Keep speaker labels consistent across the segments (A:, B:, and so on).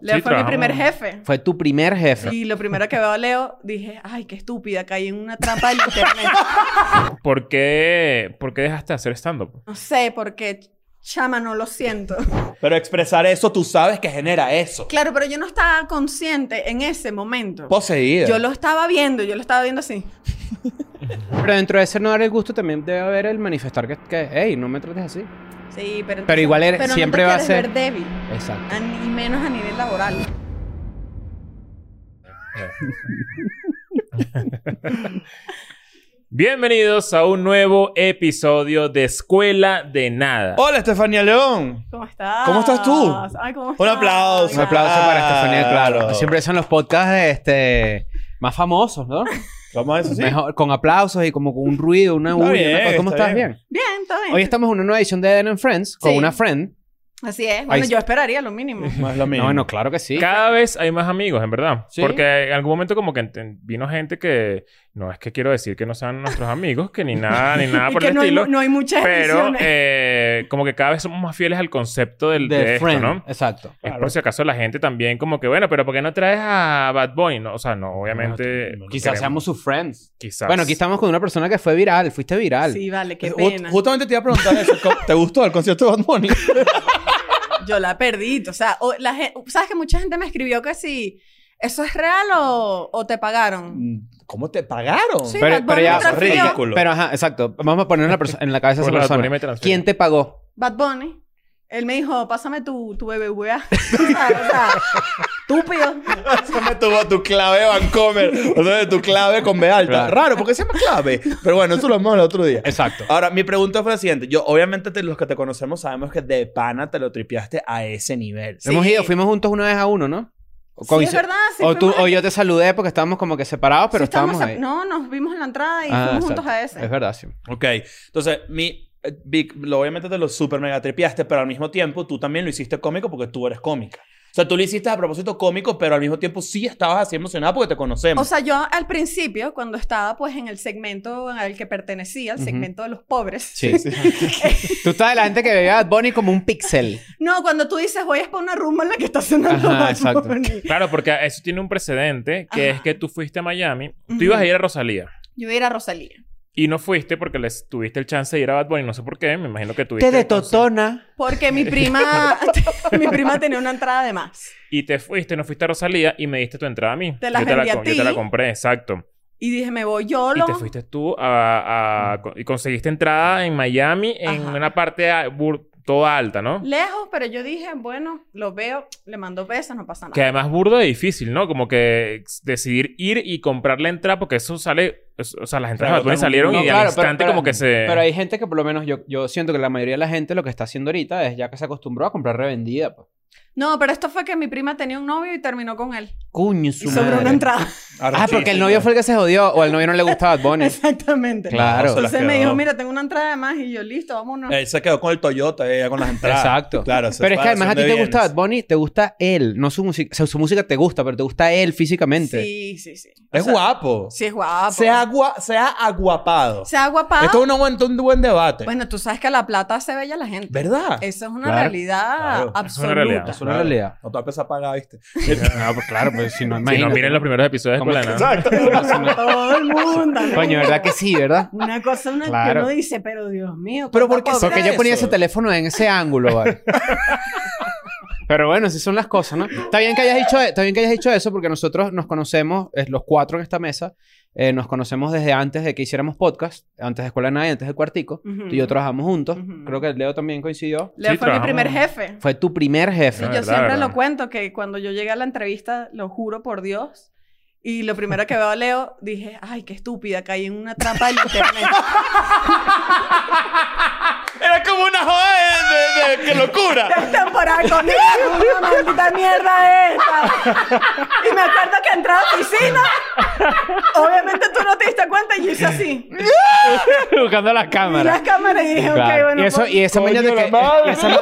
A: Leo
B: Sí,
A: fue mi
B: trabajamos-
A: primer jefe.
C: Fue tu primer jefe.
A: Y lo primero que veo a Leo, dije, ay, qué estúpida, caí en una trampa del internet.
B: ¿Por qué, por qué dejaste de hacer stand-up?
A: No sé por qué, chama, no lo siento.
D: Pero expresar eso, tú sabes que genera eso.
A: Claro, pero yo no estaba consciente en ese momento.
D: Poseída.
A: Yo lo estaba viendo, yo lo estaba viendo así.
C: Pero dentro de ese no era el gusto, también debe haber el manifestar que, que hey, no me trates así.
A: Sí, pero... entonces-
C: Pero igual eres-
A: pero no te
C: siempre va a
A: quieres
C: ser-
A: ver débil,
C: Exacto.
A: a ni- y menos a nivel laboral.
B: Bienvenidos a un nuevo episodio de Escuela de Nada.
C: Oh,
D: Hola, Estefanía León.
A: ¿Cómo estás?
D: ¿Cómo estás tú?
A: Ay, ¿cómo estás?
D: Un aplauso.
C: Un aplauso para Estefanía, claro.
D: Claro.
C: Ah. Siempre son los podcasts de, este más famosos, ¿no?
D: ¿Cómo es eso? Sí.
C: Mejor, con aplausos y como con un ruido, una
D: Está
C: bulla.
D: bien,
C: una cosa. ¿Cómo
D: está
C: estás?
D: bien.
C: Bien.
A: Bien, todo bien.
C: Hoy estamos en una nueva edición de Eden and Friends con
A: Sí.
C: una friend.
A: Así es. Bueno,
C: Ahí-
A: yo esperaría lo mínimo.
D: No es lo
C: No,
D: mismo.
C: bueno, claro que sí.
B: Cada vez hay más amigos, en verdad.
C: Sí.
B: Porque en algún momento como que enten- vino gente que... No es que quiero decir que no sean nuestros amigos, que ni nada, ni
C: Ah,
B: nada
A: Y
B: por
A: que
B: el
A: no hay,
B: estilo.
A: mu- no hay muchas
B: pero
A: ediciones.
B: eh, como que cada vez somos más fieles al concepto del, de,
C: de
B: esto,
C: friend.
B: ¿no?
C: Exacto.
B: Es
D: Claro.
B: por si acaso la gente también como que, bueno, pero ¿por qué no traes a Bad Boy? No, o sea, no, obviamente...
D: No, no, no.
C: Quizás
B: queremos-
C: seamos sus friends.
B: Quizás.
C: Bueno, aquí estamos con una persona que fue viral. Fuiste viral.
A: Sí, vale, qué
D: Ju-
A: pena.
D: Eh, Justamente te iba a preguntar eso. ¿Cómo- ¿Te gustó el concierto de Bad Bunny?
A: Yo la perdí. O sea, o la gen- ¿sabes que mucha gente me escribió que si eso es real o, o te
C: Mm.
A: pagaron?
D: ¿Cóó te pagaron?
A: Sí,
C: Pero-
A: Bad
C: pero
A: Bunny
C: ya-
A: me transfirió.
D: ridículo.
C: Pero ajá, exacto. Vamos a poner en la, perso- en la cabeza a esa
B: Hola, Tony,
C: persona.
B: me transfiero.
C: ¿Quién te pagó?
A: Bad Bunny. Él me dijo, pásame tu, tu BBVA. o sea, estúpido.
D: Pásame tu, tu clave Vancomer. O sea, tu clave con B alta.
C: Claro.
D: Raro, porque se llama clave. Pero bueno, eso lo vamos a hablar otro día.
C: Exacto.
D: Ahora, mi pregunta fue la siguiente. Yo, obviamente, te- los que te conocemos sabemos que de pana te lo tripeaste a ese nivel.
A: Sí.
C: Hemos ido, fuimos juntos una vez a uno, ¿no? O
A: Sí,
C: coinci-
A: es verdad. sí
C: o,
A: fuimos
C: "Oh, tú,
A: a-
C: o yo te saludé porque estábamos como que separados,
A: sí
C: pero estábamos
A: a-
C: ahí.
A: No, nos vimos en la entrada y
C: Ah,
A: fuimos
C: exacto.
A: juntos a ese.
C: Es verdad, sí.
D: Ok. Entonces, mi... eh, Vic, lo- obviamente te lo super mega tripeaste, pero al mismo tiempo tú también lo hiciste cómico porque tú eres cómica. O sea, tú lo hiciste a propósito cómico, pero al mismo tiempo sí estabas así emocionada porque te
A: O
D: conocemos.
A: sea, yo al principio, cuando estaba pues en el segmento al que pertenecía, el
C: Ujú.
A: segmento de los pobres.
C: Sí. tú estás de la gente que veía a Bad Bunny como un pixel.
A: No, cuando tú dices, voy es para una rumba en la que está cenando
C: Ajá,
A: Bad
C: exacto.
A: Bunny".
B: Claro, porque eso tiene un precedente, que
A: Ajá.
B: es que tú fuiste a Miami, tú
A: Ujú.
B: ibas a ir a Rosalía.
A: Yo iba a ir a Rosalía.
B: Y no fuiste porque les tuviste el chance de ir a Bad Bunny, no sé por qué, me imagino que tuviste.
C: Te de
B: el chance.
C: Totona.
A: Porque mi prima, mi prima tenía una entrada de más.
B: Y te fuiste, no fuiste a Rosalía y me diste tu entrada a mí.
A: Te la
B: yo, te
A: vendí a
B: com- yo te la
A: ti.
B: compré, exacto.
A: Y dije, me voy
B: Y
A: YOLO.
B: te fuiste tú a, a- co- y conseguiste entrada en Miami en
A: Mm. Ajá.
B: una parte a- bur- toda alta, ¿no?
A: Lejos, pero yo dije, bueno, lo veo, le mando besos, no pasa nada.
B: Que además burdo es difícil, ¿no? Como que ex- decidir ir y comprar la entrada porque eso sale, es- o sea, las entradas de Bad
D: Claro,
B: Bunny
D: claro,
B: salieron
D: no,
B: y al
C: claro, pero-
B: instante
C: pero-
B: como que se...
C: Pero hay gente que por lo menos yo, yo siento que la mayoría de la gente lo que está haciendo ahorita es ya que se acostumbró a comprar revendida. pues.
A: No, pero esto fue que mi prima tenía un novio y terminó con él.
C: Cuño, su
A: Y sobró una
C: madre.
A: entrada.
C: Ah, porque el novio fue el que se jodió o al novio no le gustaba Bad Bunny.
A: Exactamente.
C: Claro.
D: Se las
A: Entonces me
D: quedó. Eh,
A: dijo, mira, tengo una entrada de más. Y yo, listo, vámonos.
D: Él se quedó con el Toyota, ella con las entradas.
C: Exacto.
D: Claro, se
C: Pero es que
D: separación
C: además a ti
D: de
C: te
D: bienes.
C: gusta Bad Bunny, te gusta él, no su música. O sea, su música te gusta, pero te gusta él físicamente.
A: Sí, sí, sí.
D: Es guapo.
A: Sí, es guapo.
D: Se ha, gua- se ha aguapado.
A: Se ha guapado.
D: Esto es un buen, un buen debate.
A: Bueno, tú sabes que la plata hace bella a la gente.
D: ¿Verdad?
A: Eso es una
C: Claro.
A: realidad
D: Claro.
B: Es una realidad.
A: absoluta.
C: Es una realidad.
D: No te vas a pagar, ¿viste?
B: Ah,
C: No, pues claro, pues si no,
B: Si no,
C: imagínate.
B: miren los primeros episodios de
C: ¿Cómo
B: Escuela de
C: que-
B: Nada.
D: Exacto.
A: Todo el mundo. ¿no?
C: Coño, ¿verdad que sí, verdad?
A: Una cosa una
C: Claro.
A: que uno dice, pero Dios mío.
D: Pero
A: ¿cuánta
D: ¿por qué
C: Porque
A: pobreza?
C: yo ponía
D: eso?
C: ese teléfono en ese ángulo, ¿vale? Pero bueno, así son las cosas, ¿no? Está bien que hayas dicho, está bien que hayas dicho eso porque nosotros nos conocemos, eh, los cuatro en esta mesa, eh, nos conocemos desde antes de que hiciéramos podcast, antes de Escuela de Nadie, antes de Cuartico.
A: Ujú.
C: Tú y yo trabajamos juntos.
A: Ujú.
C: Creo que Leo también coincidió.
A: Leo
B: Sí,
A: fue mi
B: trabajamos.
A: primer jefe.
C: Fue tu primer
A: Sí,
C: jefe.
A: yo
B: Ah, verdad,
A: siempre
B: verdad.
A: lo cuento que cuando yo llegué a la entrevista, lo juro por Dios, y lo primero que veo a Leo, dije, ay, qué estúpida, caí en una trampa del internet.
D: Era como una joda de, de- de- ¡Qué locura!
A: Es temporada con él, una maldita mierda esta. Y me acuerdo que entré a la oficina. Obviamente tú no te diste cuenta y yo hice así.
C: Buscando la
A: Y las cámaras y dije, ok,
C: Claro.
A: bueno.
C: y, eso,
A: pues-
C: y esa
D: Coño,
C: mañana
D: la
C: que,
D: madre.
C: y esa, ma-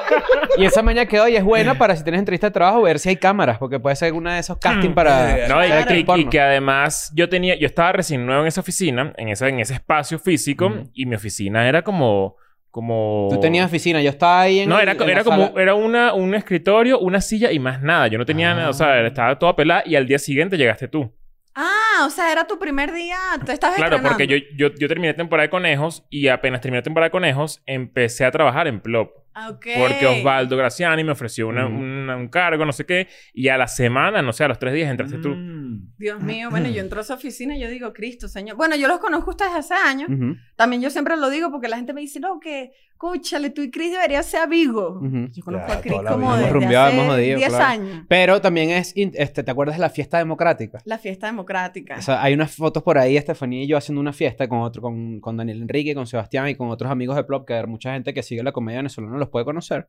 C: y esa mañana que hoy es buena para si tienes entrevista de trabajo ver si hay cámaras, porque puede ser una de esos casting para
B: Mm. No, y,
C: para
B: y que-
C: actriz
B: y
C: porno.
B: que además yo tenía, yo estaba recién nuevo en esa oficina, en, esa, en ese espacio físico,
C: Ujú.
B: y mi oficina era como como...
C: Tú tenías oficina, yo estaba ahí en.
B: No,
C: el-
B: era,
C: en la
B: era como...
C: sala.
B: Era una, un escritorio, una silla y más nada. Yo no tenía
C: Ah.
B: nada. O sea, estaba toda pelada y al día siguiente llegaste tú.
A: Ah, o sea, era tu primer día. Tú estabas
B: Claro,
A: estrenando.
B: porque yo, yo, yo terminé temporada de conejos y apenas terminé temporada de conejos empecé a trabajar en Plop.
A: Ah, ok.
B: Porque Osvaldo Graciani me ofreció una-
C: Ujú.
B: una- un cargo, no sé qué. Y a la semana, no sé, a los tres días entraste tú.
D: Mm.
A: Dios
C: Ah.
A: mío, bueno, yo entro a su oficina y yo digo, Cristo, señor. Bueno, yo los conozco a ustedes hace años.
C: Ujú,
A: También yo siempre lo digo porque la gente me dice, no, que, escúchale, tú y Chris deberías ser amigos.
C: ujú.
A: Yo conozco
D: Claro,
A: a Chris
D: toda la
A: como
D: vida.
A: desde
C: Hemos rumbeado,
A: hace
C: hemos jodido,
A: 10
C: claro.
A: años.
C: Pero también es. in- Este, ¿Te acuerdas de la fiesta democrática?
A: La fiesta democrática.
C: O sea, hay unas fotos por ahí, Estefanía y yo haciendo una fiesta con otro, con, con Daniel Enrique, con Sebastián y con otros amigos de Plop, que hay mucha gente que sigue la comedia venezolana los puede conocer.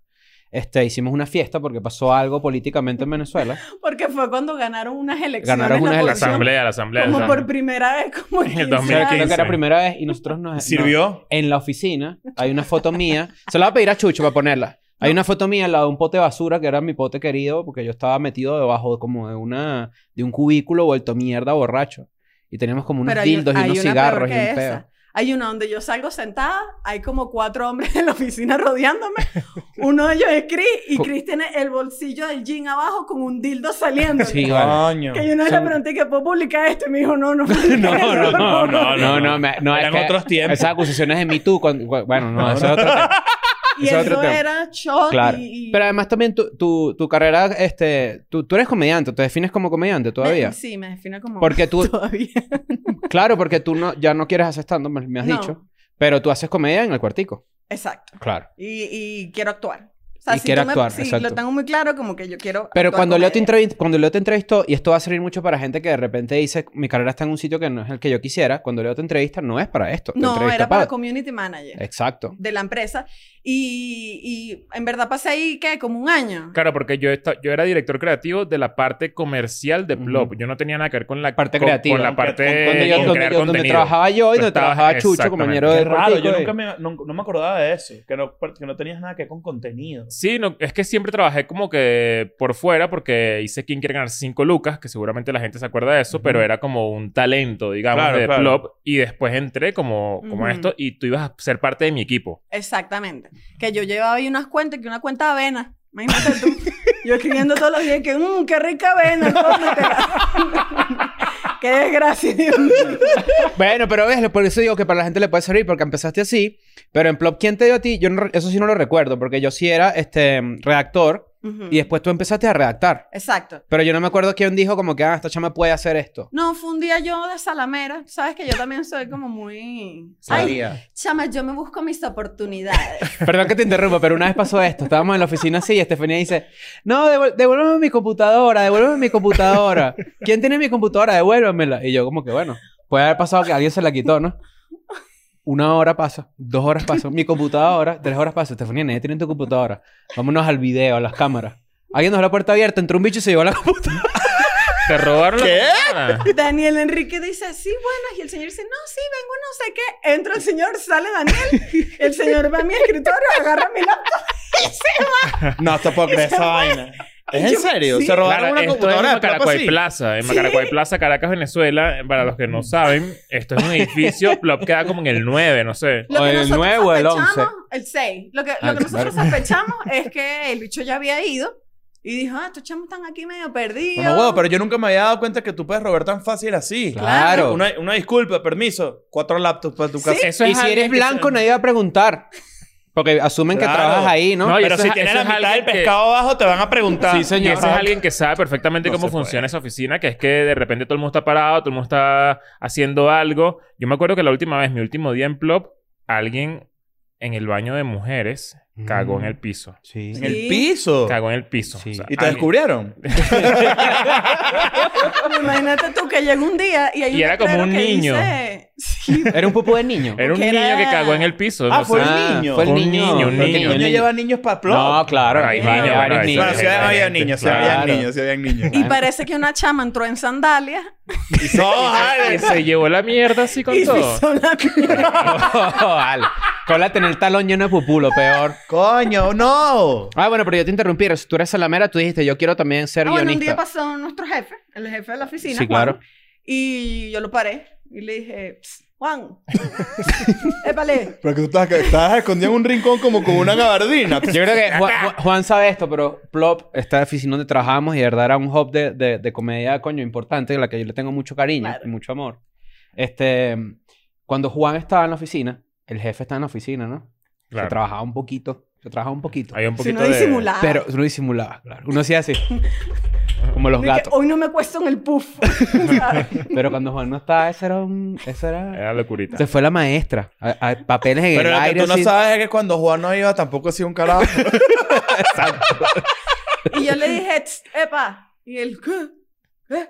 C: Este, hicimos una fiesta porque pasó algo políticamente en Venezuela.
A: Porque fue cuando ganaron unas elecciones.
C: Ganaron unas
A: la
B: La
A: oposición,
B: asamblea, la asamblea.
A: Como
B: la-
A: por primera vez, como en
B: En el
A: 15 años.
C: Creo que era
B: 2015.
C: primera vez y nosotros nos...
D: ¿Sirvió?
C: en la oficina hay una foto mía. Se la voy a pedir a Chucho para ponerla. Hay una foto mía al lado de un pote de basura que era mi pote querido porque yo estaba metido debajo como de una de un cubículo vuelto mierda borracho y teníamos como unos
A: Pero hay un-
C: dildos y
A: hay
C: unos
A: una peor
C: cigarros y
A: que
C: un
A: esa.
C: peo.
A: Hay una donde yo salgo sentada, hay como cuatro hombres en la oficina rodeándome. Uno de ellos es Chris y
C: Co-
A: Chris tiene el bolsillo del jean abajo con un dildo saliendo.
C: Sí, vale.
D: Coño.
A: Que yo una vez le
C: Son-
A: pregunté que puedo publicar esto y me dijo, no, no. publiques
D: No,
A: eso,
D: no,
A: por
D: no,
A: favor".
D: no,
C: No, no, me- no, es
D: Eran
C: que
D: otros tiempos.
C: esas acusaciones de Me Too, cuando- bueno, no, eso es otro tema.
A: Y
C: Ese
A: eso
C: es otro tema.
A: era shot
C: Claro.
A: y... y-
C: Pero además también tu, tu, tu carrera, este, tú, tú eres comediante, te defines como comediante todavía.
A: Me- sí, me defino como...
C: Porque tú,
A: Todavía.
C: claro, porque tú no, ya no quieres hacer stand me, me has
A: No,
C: dicho. Pero tú haces comedia en el cuartico.
A: Exacto.
C: Claro.
A: Y, y quiero actuar. O sea,
C: Y
A: si
C: quiero
A: tú me-
C: actuar,
A: sí,
C: exacto.
A: lo tengo muy claro como que yo quiero
C: Pero
A: actuar
C: cuando
A: con
C: Leo, te
A: ella.
C: entrevist- cuando Leo te entrevistó, y esto va a servir mucho para gente que de repente dice, mi carrera está en un sitio que no es el que yo quisiera, cuando Leo te entrevista, no es para esto. te
A: No,
C: entrevista
A: era para community manager.
C: Exacto.
A: de la empresa y, y en verdad pasé ahí que como un año.
B: Claro, porque yo, esta- yo era director creativo de la parte comercial de Plop.
C: Ujú.
B: Yo no tenía nada que ver con la
C: Parte
B: con-
C: creativa.
B: Con la
D: Con-
B: parte
D: con-
C: Donde, yo,
B: con
C: donde-
B: crear
C: yo- donde
B: contenido.
C: trabajaba yo y donde
B: Estaba-
C: trabajaba Chucho, compañero de
D: Pues Qué raro, yo
C: cuartico,
D: nunca
C: y-
D: me, no, no me acordaba de eso. Que no, que no tenías nada que ver con contenido.
B: Sí, no, es que siempre trabajé como que por fuera porque hice Quién quiere ganar 5 lucas, que seguramente la gente se acuerda de eso,
C: Ujú.
B: pero era como un talento, digamos,
D: Claro,
B: de
D: claro.
B: Plop. Y después entré como, como
A: Ujú.
B: esto y tú ibas a ser parte de mi equipo.
A: Exactamente. Que yo llevaba ahí unas cuentas, que una cuenta de avena. Imagínate tú. yo escribiendo todos los días que, mmm, qué rica avena, cómetela". qué desgracia. Dios mío.
C: Bueno, pero ves, por eso digo que para la gente le puede servir, porque empezaste así, pero en Plop, ¿quién te dio a ti? Yo no re- eso sí no lo recuerdo, porque yo sí era este, redactor
A: Ujú.
C: y después tú empezaste a redactar.
A: Exacto.
C: Pero yo no me acuerdo quién dijo como que, ah, esta chama puede hacer esto.
A: No, fue un día yo de salamera. Sabes que yo también soy como muy... Ay,
C: Salía.
A: chama, yo me busco mis oportunidades.
C: Perdón que te interrumpa, pero una vez pasó esto. Estábamos en la oficina así y Estefanía dice, no, devol- devuélveme mi computadora, devuélveme mi computadora. ¿Quién tiene mi computadora? Devuélvemela. Y yo como que, bueno, puede haber pasado que alguien se la quitó, ¿no? Una hora pasa, dos horas pasa, mi computadora, tres horas pasa. Estefanía, nadie tiene tu computadora. Vámonos al video, a las cámaras. Alguien dejó la puerta abierta, entró un bicho y se llevó la computadora.
B: ¿Te robaron la computadora?
A: Daniel Enrique dice, sí, bueno. Y el señor dice, no, sí, vengo, no sé qué. Entra el señor, sale Daniel. El señor va a mi escritorio, agarra mi laptop.
D: No, te puedo creer esa vaina. ¿Es en
A: Yo-
D: serio?
A: sí.
D: Se robaron
B: Claro, esto
D: una
B: es en
D: computadora de Plop
B: Macaracuay
D: así.
B: Plaza. En Macaracuay Plaza, Caracas, Venezuela. Para los que no saben, esto es un edificio. Plop queda como en el 9, no sé.
A: Lo
C: O
A: que
C: el
A: nosotros
C: nueve o el
A: sospechamos-
C: once.
A: El 6. Lo que, lo
C: Ah,
A: que nosotros sospechamos es que el bicho ya había ido y dijo, ah, estos chamos están aquí medio perdidos.
D: No, no, huevo, pero yo nunca me había dado cuenta que tú puedes robar tan fácil así.
C: Claro.
D: Una, una disculpa, permiso. Cuatro laptops para tu casa.
B: Eso
C: y si
B: alguien
C: eres
B: que
C: blanco,
B: se-
C: nadie va a preguntar. Porque asumen que
D: Claro.
C: trabajas ahí, ¿no?
B: No, y
D: Pero
B: eso
D: si
B: es- eso
D: tienes la
B: es
D: mitad del
B: alguien que-
D: pescado abajo, te van a preguntar.
C: Sí, señor.
B: Y ese es alguien que sabe perfectamente
D: No
B: cómo
D: se puede.
B: funciona esa oficina, que es que de repente todo el mundo está parado, todo el mundo está haciendo algo. Yo me acuerdo que la última vez, mi último día en Plop, alguien en el baño de mujeres cagó en el piso.
C: Sí.
D: En el
A: Sí.
D: piso.
B: Cagó en el piso.
C: Sí.
D: Mm. Y te
B: alguien-
D: descubrieron.
A: Imagínate tú que llega un día y hay
B: Y
A: un
B: era como
A: letrero
B: un
A: que
B: niño.
A: dice- Sí.
C: Era un pupo de niño.
B: Era un
A: Porque
B: niño
A: era-
B: que cagó en el piso.
D: Ah,
B: no
D: fue
B: sé.
D: el niño.
C: Fue el
B: Fue un
C: niño.
B: niño, un
C: Fue el
B: niño.
D: El niño lleva niños para plop.
C: No, claro.
B: Pero hay
C: había
B: niños,
C: varios
B: bueno, hay
C: niños.
D: Bueno, si había niños, si había
C: Claro.
D: niños, si había niños.
A: Y parece que una chama entró en sandalias
D: No,
B: Y
D: vale.
B: se llevó la mierda así con
A: y
B: todo.
A: pisó la piedra.
C: Oh, vale. Cola tener el talón lleno de pupulo, peor.
D: Coño, no.
C: Ah, bueno, pero yo te interrumpí. Si tú eres salamera, tú dijiste, yo quiero también ser
A: Ah, bueno, un día
C: guionista.
A: pasó nuestro jefe, el jefe de la oficina.
C: Sí, claro.
A: Juan, y yo lo paré y le dije, "Psst, Juan. Épale.
E: Pero que tú estás, estás escondido en un rincón como con una gabardina.
C: Yo creo que Ju- Ju- Juan sabe esto, pero Plop, esta oficina donde trabajamos y de verdad era un hub de, de- de comedia, coño, importante, a la que yo le tengo mucho cariño
A: Claro.
C: y mucho amor. Este, cuando Juan estaba en la oficina, el jefe estaba en la oficina, ¿no? Se
B: Claro.
C: trabajaba un poquito, se trabajaba un poquito.
B: Hay un
A: Si
B: poquito
A: no
B: de...
A: disimulaba.
C: Pero uno disimulaba, claro. Uno hacía así, como los
A: De que
C: gatos.
A: hoy no me cuesto en el puff. ¿sabes?
C: Pero cuando Juan no estaba, eso era un... Eso era...
B: Era locurita.
C: Se fue la maestra. A, a papeles en
E: Pero
C: el
E: lo que
C: aire.
E: tú no
C: así.
E: sabes es que cuando Juan no iba tampoco hacía un carajo.
A: y yo le dije, "Tss, epa. Y él, ¿qué? ¿Qué?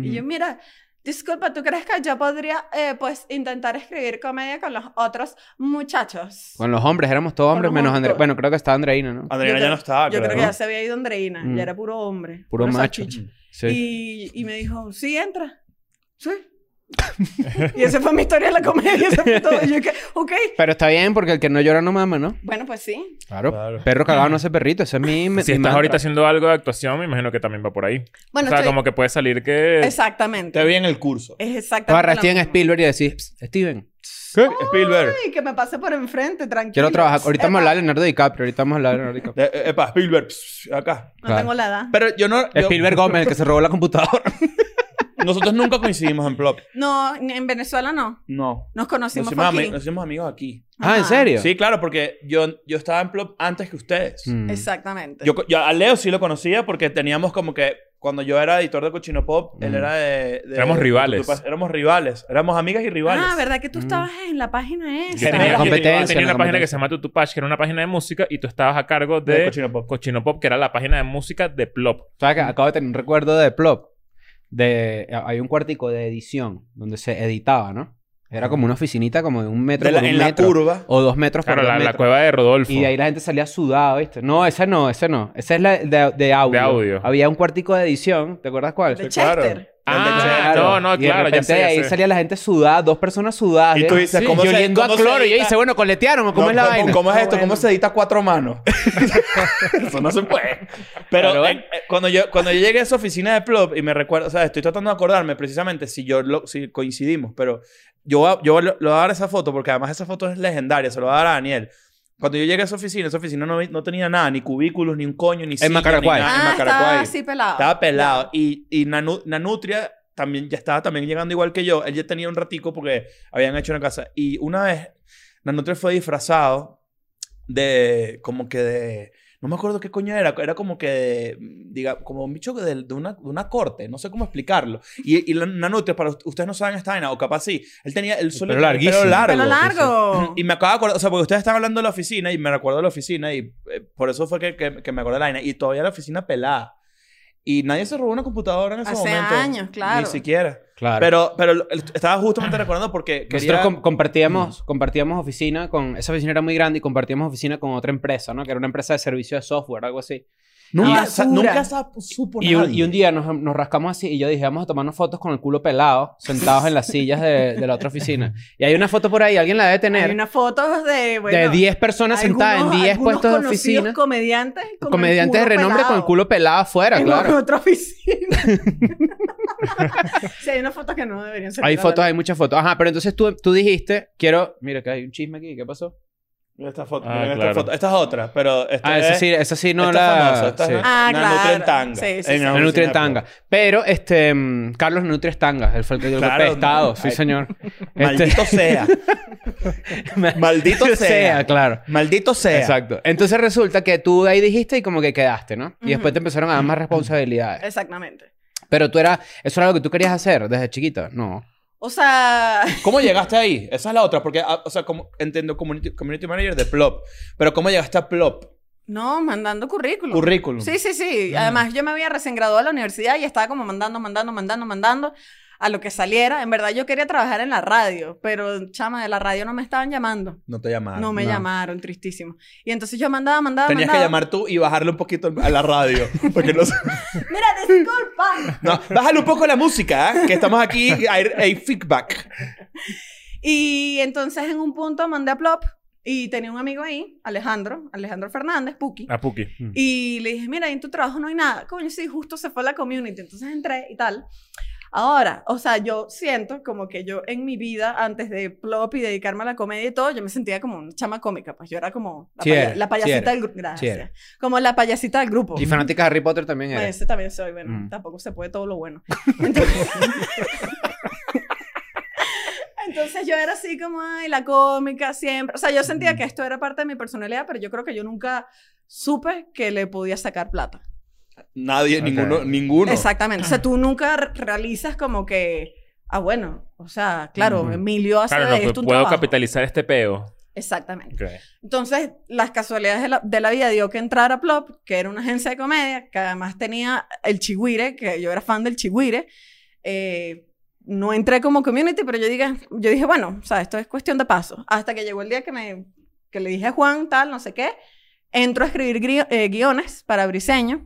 A: Y yo, mira, disculpa, ¿tú crees que yo podría, eh, pues, intentar escribir comedia con los otros muchachos?
C: Con los hombres, éramos todos hombres
A: Con los
C: menos Andreina.
A: hombres.
C: Bueno, creo que estaba Andreina, ¿no?
A: Yo
D: Adriana ya
A: creo-
D: no estaba,
A: Yo creo que
D: ¿no?
A: ya se había ido Andreina,
C: Mm.
A: ya era puro hombre.
C: Puro macho.
A: salchicha.
C: Sí.
A: Y, y me dijo, sí, entra. Sí. y esa fue mi historia de la comedia. Eso fue todo. Y yo que, ok.
C: Pero está bien porque el que no llora no mama, ¿no?
A: Bueno, pues sí.
C: Claro.
E: Claro.
C: Perro cagado no hace perrito. Ese es mi, mi
B: Si estás
C: mantra.
B: ahorita haciendo algo de actuación, me imagino que también va por ahí.
A: Bueno,
B: o sea,
A: estoy-
B: como que puede salir que...
A: Exactamente.
D: Te vi en el curso.
A: Es
C: Te
A: exactamente.
C: agarras
A: lo
C: Steven
A: mismo.
C: Spielberg y decís, "Psst, Steven,
D: Spielberg.
A: Ay, que me pase por enfrente, tranquilo.
C: quiero trabajar. Ahorita vamos a
A: Epa,
C: hablar de Leonardo DiCaprio. Ahorita vamos a hablar de Leonardo DiCaprio.
D: De- eh, Epa, Spielberg. pss, acá.
A: No
C: Claro.
A: tengo la edad.
D: Pero yo no... yo-
C: Spielberg Gómez, el que se robó la computadora.
D: Nosotros nunca coincidimos en Plop.
A: No, ni- en Venezuela no.
D: No.
A: Nos
D: Nos
A: conocimos
D: hicimos,
A: aquí.
D: ami- nos hicimos amigos aquí.
C: ah, ¿en
A: Ajá.
C: serio?
D: Sí, claro, porque yo, yo estaba en Plop antes que ustedes.
C: Mm.
A: Exactamente.
D: Yo, co- yo a Leo sí lo conocía porque teníamos como que... Cuando yo era editor de Cochino Pop, él
C: Mm.
D: era de... de-
B: Éramos
D: de-
B: rivales.
D: de- éramos rivales. Éramos amigas y rivales.
A: Ah, ¿verdad
C: Mm.
A: que tú estabas en la página
B: Yo
A: esa?
B: tenía,
C: Tenía competencia,
B: yo tenía
C: la
B: una página
C: competencia.
B: que se llama Tutupach, que era una página de música, y tú estabas a cargo de,
D: De Cochino Pop.
B: Cochino Pop, que era la página de música de Plop.
C: ¿Sabes que Acabo de tener un recuerdo de Plop. De, hay un cuartico de edición donde se editaba, ¿no? Era como una oficinita como de un metro
D: De la-
C: por un
D: en la
C: metro.
D: curva.
C: O dos metros
B: Claro,
C: por dos
B: la, la
C: metros.
B: cueva de Rodolfo.
C: Y de ahí la gente salía sudada, ¿viste? No, ese no, ese no. Esa es la de, de audio.
B: De audio.
C: Había un cuartico de edición, ¿te acuerdas cuál?
A: De
E: Sí, claro.
A: Chester.
B: Ah, no, no,
C: y de
B: claro,
C: repente
B: ya sé.
C: de
B: ya
C: ahí
B: sé.
C: salía la gente sudada, dos personas sudadas.
E: Y
C: ¿eh?
E: tú dices,
C: Sí.
E: ¿cómo
C: y
E: se-
C: oliendo a
E: cómo se
C: cloro. Y yo
E: edita?
C: dice, bueno, coletearon o cómo
E: No,
C: es la vaina.
D: ¿Cómo es esto?
A: Ah, bueno.
D: ¿Cómo se edita cuatro manos? Eso no se puede. Pero
C: Claro,
D: eh,
C: ¿eh?
D: eh, cuando, yo, cuando yo llegué a esa oficina de Plop y me recuerdo, o sea, estoy tratando de acordarme precisamente si yo lo, si coincidimos, pero yo, voy a- yo lo- lo voy a dar esa foto porque además esa foto es legendaria, se lo voy a dar a Daniel. Cuando yo llegué a esa oficina, esa oficina no, vi- no tenía nada, ni cubículos, ni un coño, ni silla, ni
C: Macaraguay.
D: nada, en
A: Ah, estaba
D: Macaraguay.
A: así pelado.
D: Estaba pelado. Y, y Nanu- Nanutria también ya estaba también llegando igual que yo. Él ya tenía un ratico porque habían hecho una casa. Y una vez Nanutria fue disfrazado de como que de... No me acuerdo qué coño era. Era como que, de, diga, como un bicho de, de una, de una corte. No sé cómo explicarlo. Y, y la- Nanutria, para ust- ustedes no saben esta vaina, o capaz sí. Él tenía el solo
C: pelo
D: tenía
C: larguísimo.
D: largo.
A: Pelo largo.
D: Y me acabo de acordar, o sea, porque ustedes están hablando de la oficina y me recuerdo de la oficina y eh, por eso fue que, que- que me acordé de la vaina. Y todavía la oficina pelada. Y nadie se robó una computadora en ese
A: Hace
D: momento.
A: años, claro.
D: Ni siquiera.
C: Claro.
D: Pero, pero lo- el- estaba justamente recordando porque
C: Nosotros
D: quería...
C: com-
A: Mm.
C: compartíamos, compartíamos oficina con... Esa oficina era muy grande y compartíamos oficina con otra empresa, ¿no? Que era una empresa de servicio de software, algo así.
D: nunca,
A: Ah,
D: sa-
A: basura.
D: nunca sa- supo
C: Y un,
D: nadie.
C: y un día nos, nos rascamos así y yo dije, vamos a tomarnos fotos con el culo pelado, sentados en las sillas de, de la otra oficina. Y hay una foto por ahí, alguien la debe tener,
A: Hay unas fotos de, bueno,
C: de 10 personas sentadas en
A: algunos-
C: 10
A: algunos
C: puestos de
A: conocidos
C: oficina.
A: comediantes con el
C: Comediantes de
A: culo
C: renombre con el
A: pelado.
C: culo pelado afuera,
A: en
C: claro.
A: otra oficina. sí, hay unas fotos que no deberían ser.
C: Hay fotos, hay muchas fotos. Ajá, pero entonces tú, tú dijiste, quiero... Mira que hay un chisme aquí, ¿qué pasó?
D: Mira Esta foto,
B: Ah,
D: miren esta
B: claro.
D: foto. Esta es otra, pero... Esta
A: Eh,
C: Ah, esa
D: es,
C: sí, esa sí
A: este
C: no
D: esta es
C: la...
D: famosa, esta es
C: sí.
D: la-
A: Ah,
D: la Nutria en
A: claro.
D: tanga.
A: Sí, sí,
D: En
A: sí.
C: La
D: la
C: Nutria en
D: oficina de
C: tanga. Pero, este... mm, Carlos Nutria es tanga. Él fue el que dio el golpe
D: Claro,
C: de estado.
D: no.
C: Sí,
D: Ay.
C: señor. Este,
D: Maldito sea. Maldito sea.
C: claro.
D: Maldito sea.
C: Exacto. Entonces resulta que tú ahí dijiste y como que quedaste, ¿no? Y después
A: Ujú.
C: te empezaron a dar más responsabilidades.
A: Exactamente.
C: Pero tú era... Eso era lo que tú querías hacer desde chiquita. No.
A: O sea,
D: ¿Cómo llegaste ahí? Esa es la otra, porque, ah, o sea, como, entiendo, community, community manager de Plop, pero ¿cómo llegaste a Plop?
A: no, mandando currículum.
D: Currículum.
A: Sí, sí, sí.
C: Mm.
A: Además, yo me había recién graduado de la universidad y estaba como mandando, mandando, mandando, mandando a lo que saliera. En verdad, yo quería trabajar en la radio, pero chama, de la radio no me estaban llamando.
D: No te llamaron.
A: no me
C: Ah, no.
A: llamaron, tristísimo. Y entonces yo mandaba, mandaba,
D: Tenías que
A: mandaba.
D: llamar tú y bajarle un poquito a la radio. Porque no, se-
A: Mira, disculpa.
D: no, Bájale un poco la música, ¿eh? que estamos aquí, hay, hay feedback.
A: Y entonces en un punto mandé a Plop y tenía un amigo ahí, Alejandro, Alejandro Fernández, Puki.
C: Ah,
B: A Puki.
A: Y le dije, mira, ahí en tu trabajo no hay nada. Coño, sí, justo se fue a la community. Entonces entré y tal. Ahora, o sea, yo siento como que yo en mi vida, antes de Plop y dedicarme a la comedia y todo, yo me sentía como una chama cómica. Pues yo era como la,
C: Sí
A: paya-
C: eres,
A: la payasita
C: sí eres,
A: del grupo.
C: sí
A: Gracias.
C: eres.
A: como la payasita del
D: Oh.
A: grupo.
C: Y fanática de Harry Potter también
A: Bueno,
C: eres.
A: ese también soy, bueno,
C: Mm.
A: tampoco se puede todo lo bueno. Entonces, Entonces yo era así como, ay, la cómica siempre. O sea, yo sentía
C: Mm.
A: que esto era parte de mi personalidad, pero yo creo que yo nunca supe que le podía sacar plata.
E: Nadie,
C: Ok.
E: ninguno, ninguno.
A: Exactamente. O
C: Ah.
A: sea, tú nunca re- realizas como que, ah, bueno, o sea, claro,
C: Ujú.
A: Emilio hace
B: Claro,
A: de
B: no, pues,
A: esto un
B: puedo
A: trabajo.
B: capitalizar este peo.
A: Exactamente.
B: Ok.
A: Entonces, las casualidades de la, de la vida dio que entrar a Plop, que era una agencia de comedia, que además tenía el Chihuire, que yo era fan del Chihuire. Eh, no entré como community, pero yo, diga, yo dije, bueno, o sea, esto es cuestión de paso. Hasta que llegó el día que, me, que le dije a Juan, tal, no sé qué, entro a escribir gri- eh, guiones para Briseño.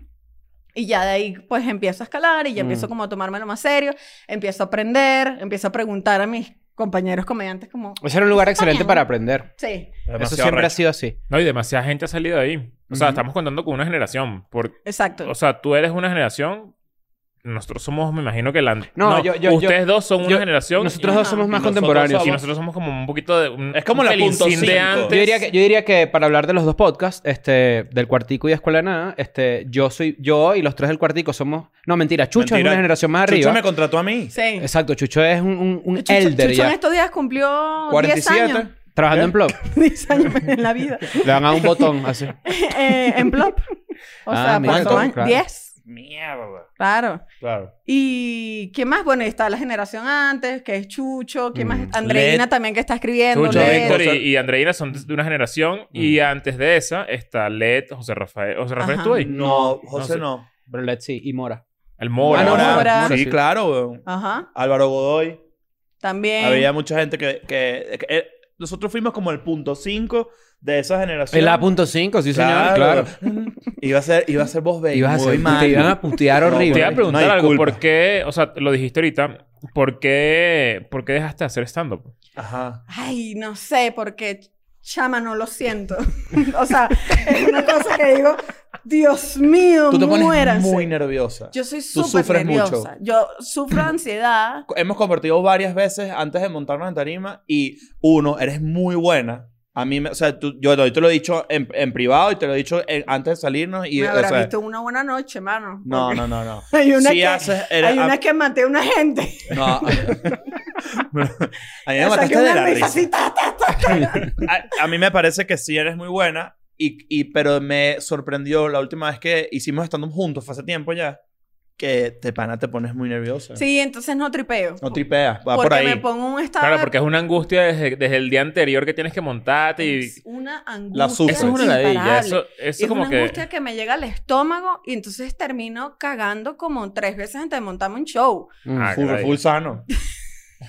A: Y ya de ahí, pues, empiezo a escalar y ya empiezo
C: Mm.
A: como a tomármelo más serio. Empiezo a aprender, empiezo a preguntar a mis compañeros comediantes como...
D: Pues,
C: Ese era un lugar
A: Está
C: excelente
A: bien.
C: para aprender.
A: Sí,
C: Eso siempre ha sido así.
B: No, y demasiada gente ha salido de ahí. O sea,
C: Ujú.
B: estamos contando con una generación. Por,
A: exacto.
B: o sea, tú eres una generación. Nosotros somos, me imagino que la. No,
C: yo- yo-
B: Ustedes dos son una
C: yo-
B: generación.
C: Nosotros
B: y,
C: dos somos más
D: nosotros
B: y
C: contemporáneos.
D: somos-
B: nosotros somos como un poquito de. un-
D: Es como
B: un
D: la
B: pelincín
D: punto
B: de
D: cinco.
B: antes.
C: Yo diría, que, yo diría que para hablar de los dos podcasts, este, del Cuartico y Escuela de Nada, este, yo soy yo y los tres del Cuartico somos... No, mentira. Chucho es
D: Mentira.
C: una generación más
D: Chucho
C: arriba.
D: me contrató a mí.
A: sí.
C: Exacto. Chucho es un, un, un
A: Chucho,
C: elder
A: Chucho
C: ya.
A: en estos días cumplió 10 años.
C: Trabajando en Plop.
A: 10 años en la vida.
C: Le dan a un botón así.
A: Eh, en Plop. O
C: Ah,
A: sea,
C: mira,
A: ¿cuántos años?
C: claro.
A: 10.
D: Mierda.
A: Claro.
D: Claro.
A: ¿Y qué más? Bueno, está la generación antes, que es Chucho. ¿Qué más?
C: Mm.
A: Andreina
D: Led.
A: también que está escribiendo.
B: Chucho,
D: Led.
B: Víctor y,
D: Cosa-
B: y Andreina son de una generación. Y antes de esa está Led, José Rafael. José Rafael
A: Ajá.
B: estuvo ahí.
D: No,
B: No
D: José
B: sé.
D: no.
C: Pero let's see. Y Mora.
B: El Mora.
A: Ah, no,
D: Ahora-
A: Mora.
D: Sí,
C: Sí.
D: claro, weón.
A: Ajá.
D: Álvaro Godoy.
A: También.
D: Había mucha gente que... que- que- eh, nosotros fuimos como el punto 5 de esa generación.
C: El A.5, sí, señor. Claro.
D: Iba a ser, iba a ser voz baby.
C: Ibas a
D: muy
C: hacer,
D: mal.
C: te iban a putear
B: Te iba a
C: horrible.
D: pre-
B: preguntar
D: No hay
B: algo.
D: culpa.
B: ¿Por qué? O sea, lo dijiste ahorita. ¿Por qué, por qué dejaste de hacer stand-up?
D: Ajá.
A: Ay, no sé, porque chama, no lo siento. o sea, es una cosa que digo, Dios mío,
D: Tú te pones
A: muéranse.
D: muy nerviosa.
A: Yo soy
D: Tú
A: súper
D: sufres mucho.
A: nerviosa. Yo sufro ansiedad.
D: hemos compartido varias veces antes de montarnos en tarima y uno, eres muy buena. A mí, me, o sea, tú- yo, yo te lo he dicho en, en privado y te lo he dicho en- antes de salirnos y...
A: me
D: o
A: habrá
D: sea,
A: visto una buena noche, mano.
D: no,
A: porque
D: no, no, no.
A: Hay una,
D: Sí
A: que,
D: haces- era-
A: hay una
D: a-
A: que maté a una gente.
D: No, a, a mí me
A: Le saqué
D: mataste de
A: una
D: la
A: risa
D: risa.
A: así, ta, ta, ta.
D: A, a mí me parece que sí eres muy buena, y, y, pero me sorprendió la última vez que hicimos estando juntos, fue hace tiempo ya, que te pana te pones muy nerviosa.
A: Sí, entonces no tripeo.
D: No tripeas, va
A: porque
D: por ahí.
A: me pongo un estado.
B: Claro, porque es una angustia desde, desde el día anterior que tienes que montarte y...
A: es una angustia.
D: La sufres.
B: Eso es una ladilla.
A: imparable.
B: Eso, eso
A: es
B: como
A: una
B: que...
A: angustia que me llega al estómago y entonces termino cagando como tres veces antes de montarme un show.
C: Mm.
B: Ah,
D: Full,
B: caray.
D: full sano.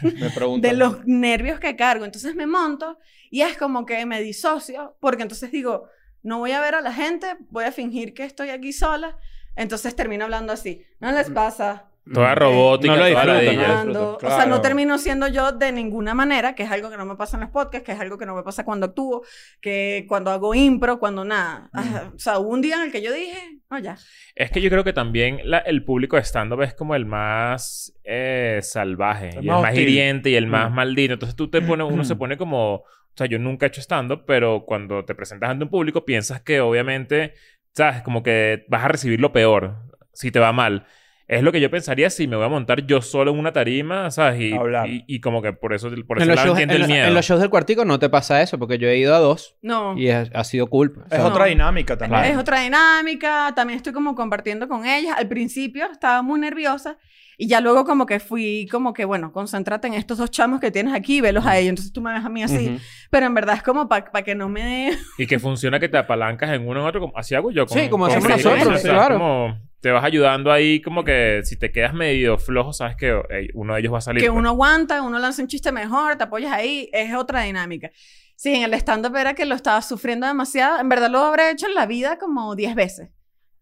D: Me preguntan.
A: de los nervios que cargo. Entonces me monto y es como que me disocio, porque entonces digo, no voy a ver a la gente, voy a fingir que estoy aquí sola. Entonces termino hablando así, no les
C: Mm.
A: pasa.
B: Toda robótica,
C: No lo
B: toda
C: disfruto,
B: ladilla.
A: Ando.
D: disfruto,
A: O sea, no
D: claro.
A: termino siendo yo de ninguna manera, que es algo que no me pasa en los podcasts, que es algo que no me pasa cuando actúo, que cuando hago impro, cuando nada.
C: Mm.
A: Ah, O sea, hubo un día en el que yo dije, no, ya.
B: Es que yo creo que también la- el público de stand-up es como el más eh, salvaje.
D: El
B: y
D: más
B: el más
D: hostil. Mm.
B: hiriente y el más maldito. Entonces tú te pones... Uno se pone como... O sea, yo nunca he hecho stand-up, pero cuando te presentas ante un público piensas que obviamente... ¿Sabes? Como que vas a recibir lo peor si te va mal. Es lo que yo pensaría si me voy a montar yo solo en una tarima, ¿sabes? Y,
D: Hablar.
B: y, y como que por eso, por eso
C: En los, shows,
B: entiendo
C: en
B: el
C: los-
B: miedo.
C: en los shows del cuartico no te pasa eso, porque yo he ido a dos
A: No.
C: y es- ha sido cool. pues. O
D: Es
C: sea,
D: otra dinámica también.
A: Es otra dinámica, también estoy como compartiendo con ellas. Al principio estaba muy nerviosa y ya luego como que fui como que, bueno, concéntrate en estos dos chamos que tienes aquí, velos a ellos, entonces tú me ves a mí así.
C: Ujú.
A: Pero en verdad es como para que no me...
B: Y que funciona que te apalancas en uno en otro, como, así hago yo.
C: Sí, como
A: hacemos
B: mis
A: nosotros,
B: clientes, o sea,
C: claro.
B: como te vas ayudando ahí, como que si te quedas medio flojo, sabes que ey, uno de ellos va a salir.
A: que
B: pues.
A: uno aguanta, uno lanza un chiste mejor, te apoyas ahí, es otra dinámica. Sí, en el stand-up era que lo estaba sufriendo demasiado. En verdad lo habré hecho en la vida como 10 veces.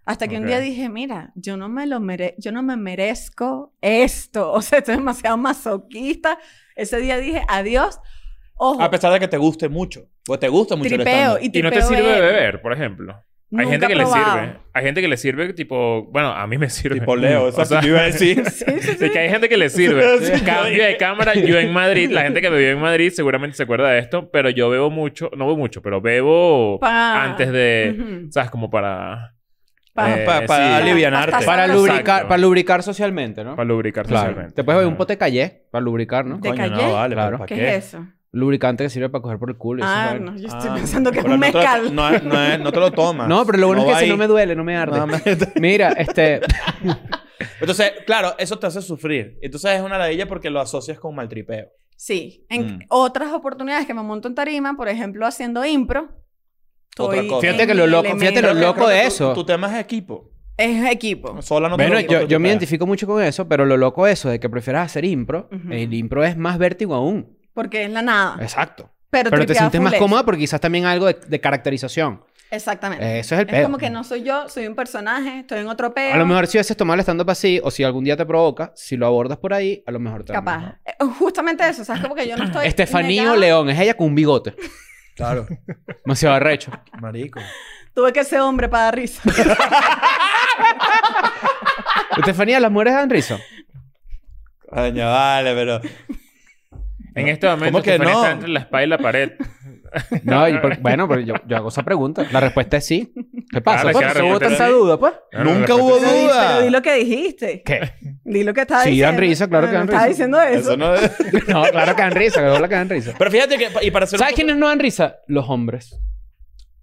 A: Hasta que un
B: Ok.
A: día dije, mira, yo no me lo mere yo no me merezco esto. O sea, estoy demasiado masoquista. Ese día dije, adiós. Ojo,
B: Ah,
D: A pesar de que te guste mucho. Pues te gusta mucho el
A: tripeo.
D: stand
A: Y,
B: Y no te
A: tripeo
B: sirve
A: es-
B: beber, por ejemplo. Hay
A: Nunca
B: gente que
A: he
B: le
A: probado.
B: sirve. Hay gente que le sirve, tipo, bueno, a mí me sirve.
D: Tipo
C: Mm,
D: Leo,
B: O
D: eso
B: sea,
D: yo iba a decir.
B: Sí, que hay gente que le sirve. Cambio de cámara, yo en Madrid, la gente que me vio en Madrid seguramente se acuerda de esto, pero yo bebo mucho, no bebo mucho, pero bebo
A: Pa-
B: antes de,
A: Ujú.
B: ¿sabes? Como para,
A: Pa-
B: Eh,
D: para
B: sí.
D: alivianarte.
A: Pastas
C: Para
A: Exacto.
C: lubricar, para lubricar socialmente, ¿no?
B: para lubricar
C: Claro.
B: socialmente.
C: Te puedes beber un pote callé para lubricar, ¿no?
A: De-
D: Coño,
A: calle?
D: no, vale,
C: Claro.
D: ¿para
A: ¿Qué,
D: qué?
A: es eso?
C: Lubricante que sirve para coger por el culo. y esa
A: Ah,
C: vaina.
A: no, yo
D: Ah,
A: estoy pensando que es
D: pero
A: un
D: no te lo-
A: mezcal.
D: No, no, es- no te lo tomas.
C: No, pero lo bueno es
D: va
C: que si no
D: ahí.
C: me duele, no me arde.
D: No, me-
C: Mira, este.
D: Entonces, claro, eso te hace sufrir. Entonces es una ladilla porque lo asocias con maltripeo.
A: Sí. En
D: Mm.
A: otras oportunidades que me monto en tarima, por ejemplo, haciendo impro.
D: Otra
A: estoy
D: cosa.
A: en
C: Fíjate que lo loco-
A: mi
C: fíjate
A: elemento.
C: lo loco
D: Creo que
C: de
D: tu-
C: eso.
D: Tu tema es equipo.
A: Es equipo.
D: Sola no te
C: Bueno,
D: lo- no
C: yo,
D: te
C: yo me
D: tripeas.
C: identifico mucho con eso, pero lo loco eso de que prefieras hacer impro,
A: Ujú.
C: el impro es más vértigo aún.
A: Porque es la nada.
C: Exacto.
A: Pero,
C: Pero te
A: tripeada
C: sientes más
A: full es.
C: cómoda porque quizás también algo de, de caracterización.
A: Exactamente.
C: Eso es el
A: es
C: pedo.
A: como que no soy yo, soy un personaje, estoy en otro peo.
C: A lo mejor si haces tomar el stand-up así, o si algún día te provoca, si lo abordas por ahí, a lo mejor te...
A: Capaz. Eh, Justamente eso, ¿sabes? Como que yo no estoy.
C: Estefanía
A: negada.
C: León, es ella con un bigote.
D: Claro,
C: Demasiado arrecho.
D: marico.
A: Tuve que ser hombre para dar risa.
C: Estefanía, las mujeres dan risa.
D: Coño, vale, pero...
B: En este momento,
D: ¿Cómo que
B: Estefanía
D: no?
B: está entre la espada y la pared.
C: No, y por- bueno, pero yo, yo hago esa pregunta. La respuesta es sí. ¿Qué pasa?
B: Claro,
C: pues?
B: claro,
C: ¿No hubo
B: yo te-
C: tanta duda, pues?
D: Nunca hubo
A: Pero di,
D: duda.
A: pero di lo que dijiste.
C: ¿Qué?
A: Di lo que estaba
C: Sí,
A: diciendo.
C: dan risa, claro que
A: Ah,
C: dan
A: no Estaba
C: risa.
A: diciendo eso.
E: Eso no es...
C: No, claro que dan risa, que la que dan risa.
D: Pero fíjate que... pa- Y para hacer...
C: ¿Sabes quiénes no dan risa? Los hombres.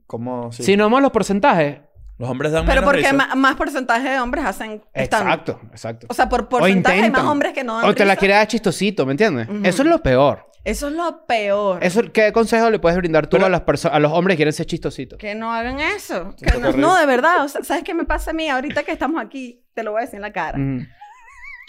D: ¿Cómo? Sí.
C: Si no vemos los porcentajes.
D: Los hombres dan
A: Pero
D: menos
A: porque
D: risa.
A: ma- más porcentaje de hombres hacen stand
C: Exacto, exacto.
A: O sea, por porcentaje hay más hombres que no dan
C: O te la
A: risa.
C: quieres dar chistosito, ¿me entiendes?
A: Ujú.
C: Eso es lo peor.
A: Eso es lo peor.
C: Eso, ¿Qué consejo le puedes brindar tú
D: Pero-
C: a, las perso- a los hombres que quieren ser chistositos?
A: Que no hagan eso.
D: Te
A: Que
D: toca
A: no,
D: reír.
A: no, de verdad. O sea, ¿Sabes qué me pasa a mí? Ahorita que estamos aquí, te lo voy a decir en la cara.
C: Mm.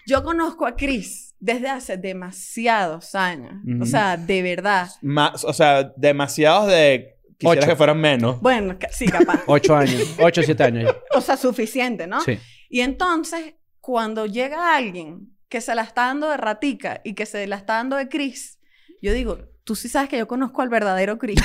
A: Yo conozco a Chris desde hace demasiados años.
C: Ujú.
A: O sea, de verdad.
D: Más, o sea, demasiados de... Quisiera
C: Ocho.
D: que fueran menos.
A: Bueno, ca- sí, capaz.
C: Ocho años. Ocho, siete años. ya.
A: o sea, suficiente, ¿no?
C: Sí.
A: Y entonces, cuando llega alguien que se la está dando de ratica y que se la está dando de Chris, yo digo, tú sí sabes que yo conozco al verdadero Chris.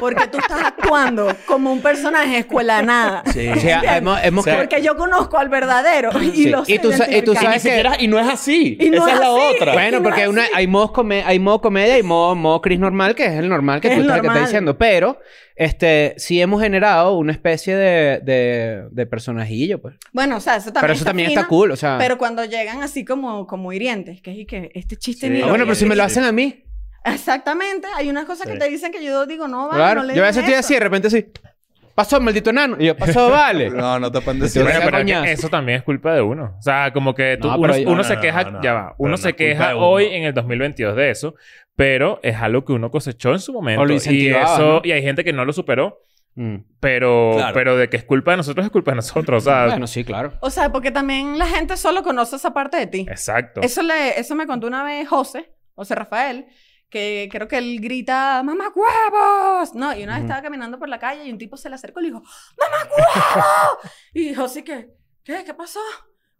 A: Porque tú estás actuando como un personaje de escuela nada.
D: Sí.
C: O sea, hemos, hemos
D: O sea,
C: que-
A: Porque yo conozco al verdadero y
C: Sí.
A: lo sé
C: Y tú sa- y tú
A: identificar.
C: sabes
D: Ni siquiera- Y no es así.
A: Y no
D: Esa
A: es
D: es la
A: así.
D: otra.
C: Bueno,
A: no
C: porque
A: es
C: hay una- hay, modo come- hay modo comedia y modo, modo Chris normal, que es el normal que
A: Es
C: tú estás, que
A: normal.
C: estás diciendo. Pero, este, sí hemos generado una especie de, de, de personajillo, pues.
A: Bueno, o sea, eso también
C: pero eso también está
A: fino,
C: cool, Ah. o sea.
A: Pero cuando llegan así como, como hirientes, que es y que este chiste
D: Sí.
A: ni
C: Ah,
A: lo-
C: bueno, pero si me lo hacen a mí.
A: Exactamente, hay unas cosas
D: Sí.
A: que te dicen que yo digo, no, vale,
C: claro.
A: no le
C: yo a
A: digas
C: veces estoy
A: eso.
C: así, de repente así. Pasó, maldito enano. Y yo, pasó, vale.
E: No, no te pueden
C: Yo
E: decir.
C: te
B: Bueno,
C: saco
B: pero es que
C: coñazo.
B: eso también es culpa de uno. O sea, como que tú-
C: No,
B: uno,
C: pero yo-
B: uno
D: no,
B: se
D: no,
B: queja,
D: no, no.
B: ya va, uno
D: Pero no
B: se
D: es culpa de
B: queja
D: uno.
B: hoy en el 2022 de eso, pero es algo que uno cosechó en su momento.
C: O lo
B: y
C: incentivaba,
B: eso,
C: ¿no?
B: y hay gente que no lo superó,
C: Mm.
B: pero,
D: Claro.
B: pero de que es culpa de nosotros, es culpa de nosotros. O sea,
C: Bueno, sí, claro.
A: O sea, porque también la gente solo conoce esa parte de ti.
B: exacto.
A: Eso, le, eso me contó una vez José, José Rafael, que creo que él grita, ¡Mamá huevos! No, y una vez
C: Ujú.
A: estaba caminando por la calle y un tipo se le acercó y le dijo, ¡Mamá huevos! y José que, ¿qué? ¿Qué pasó?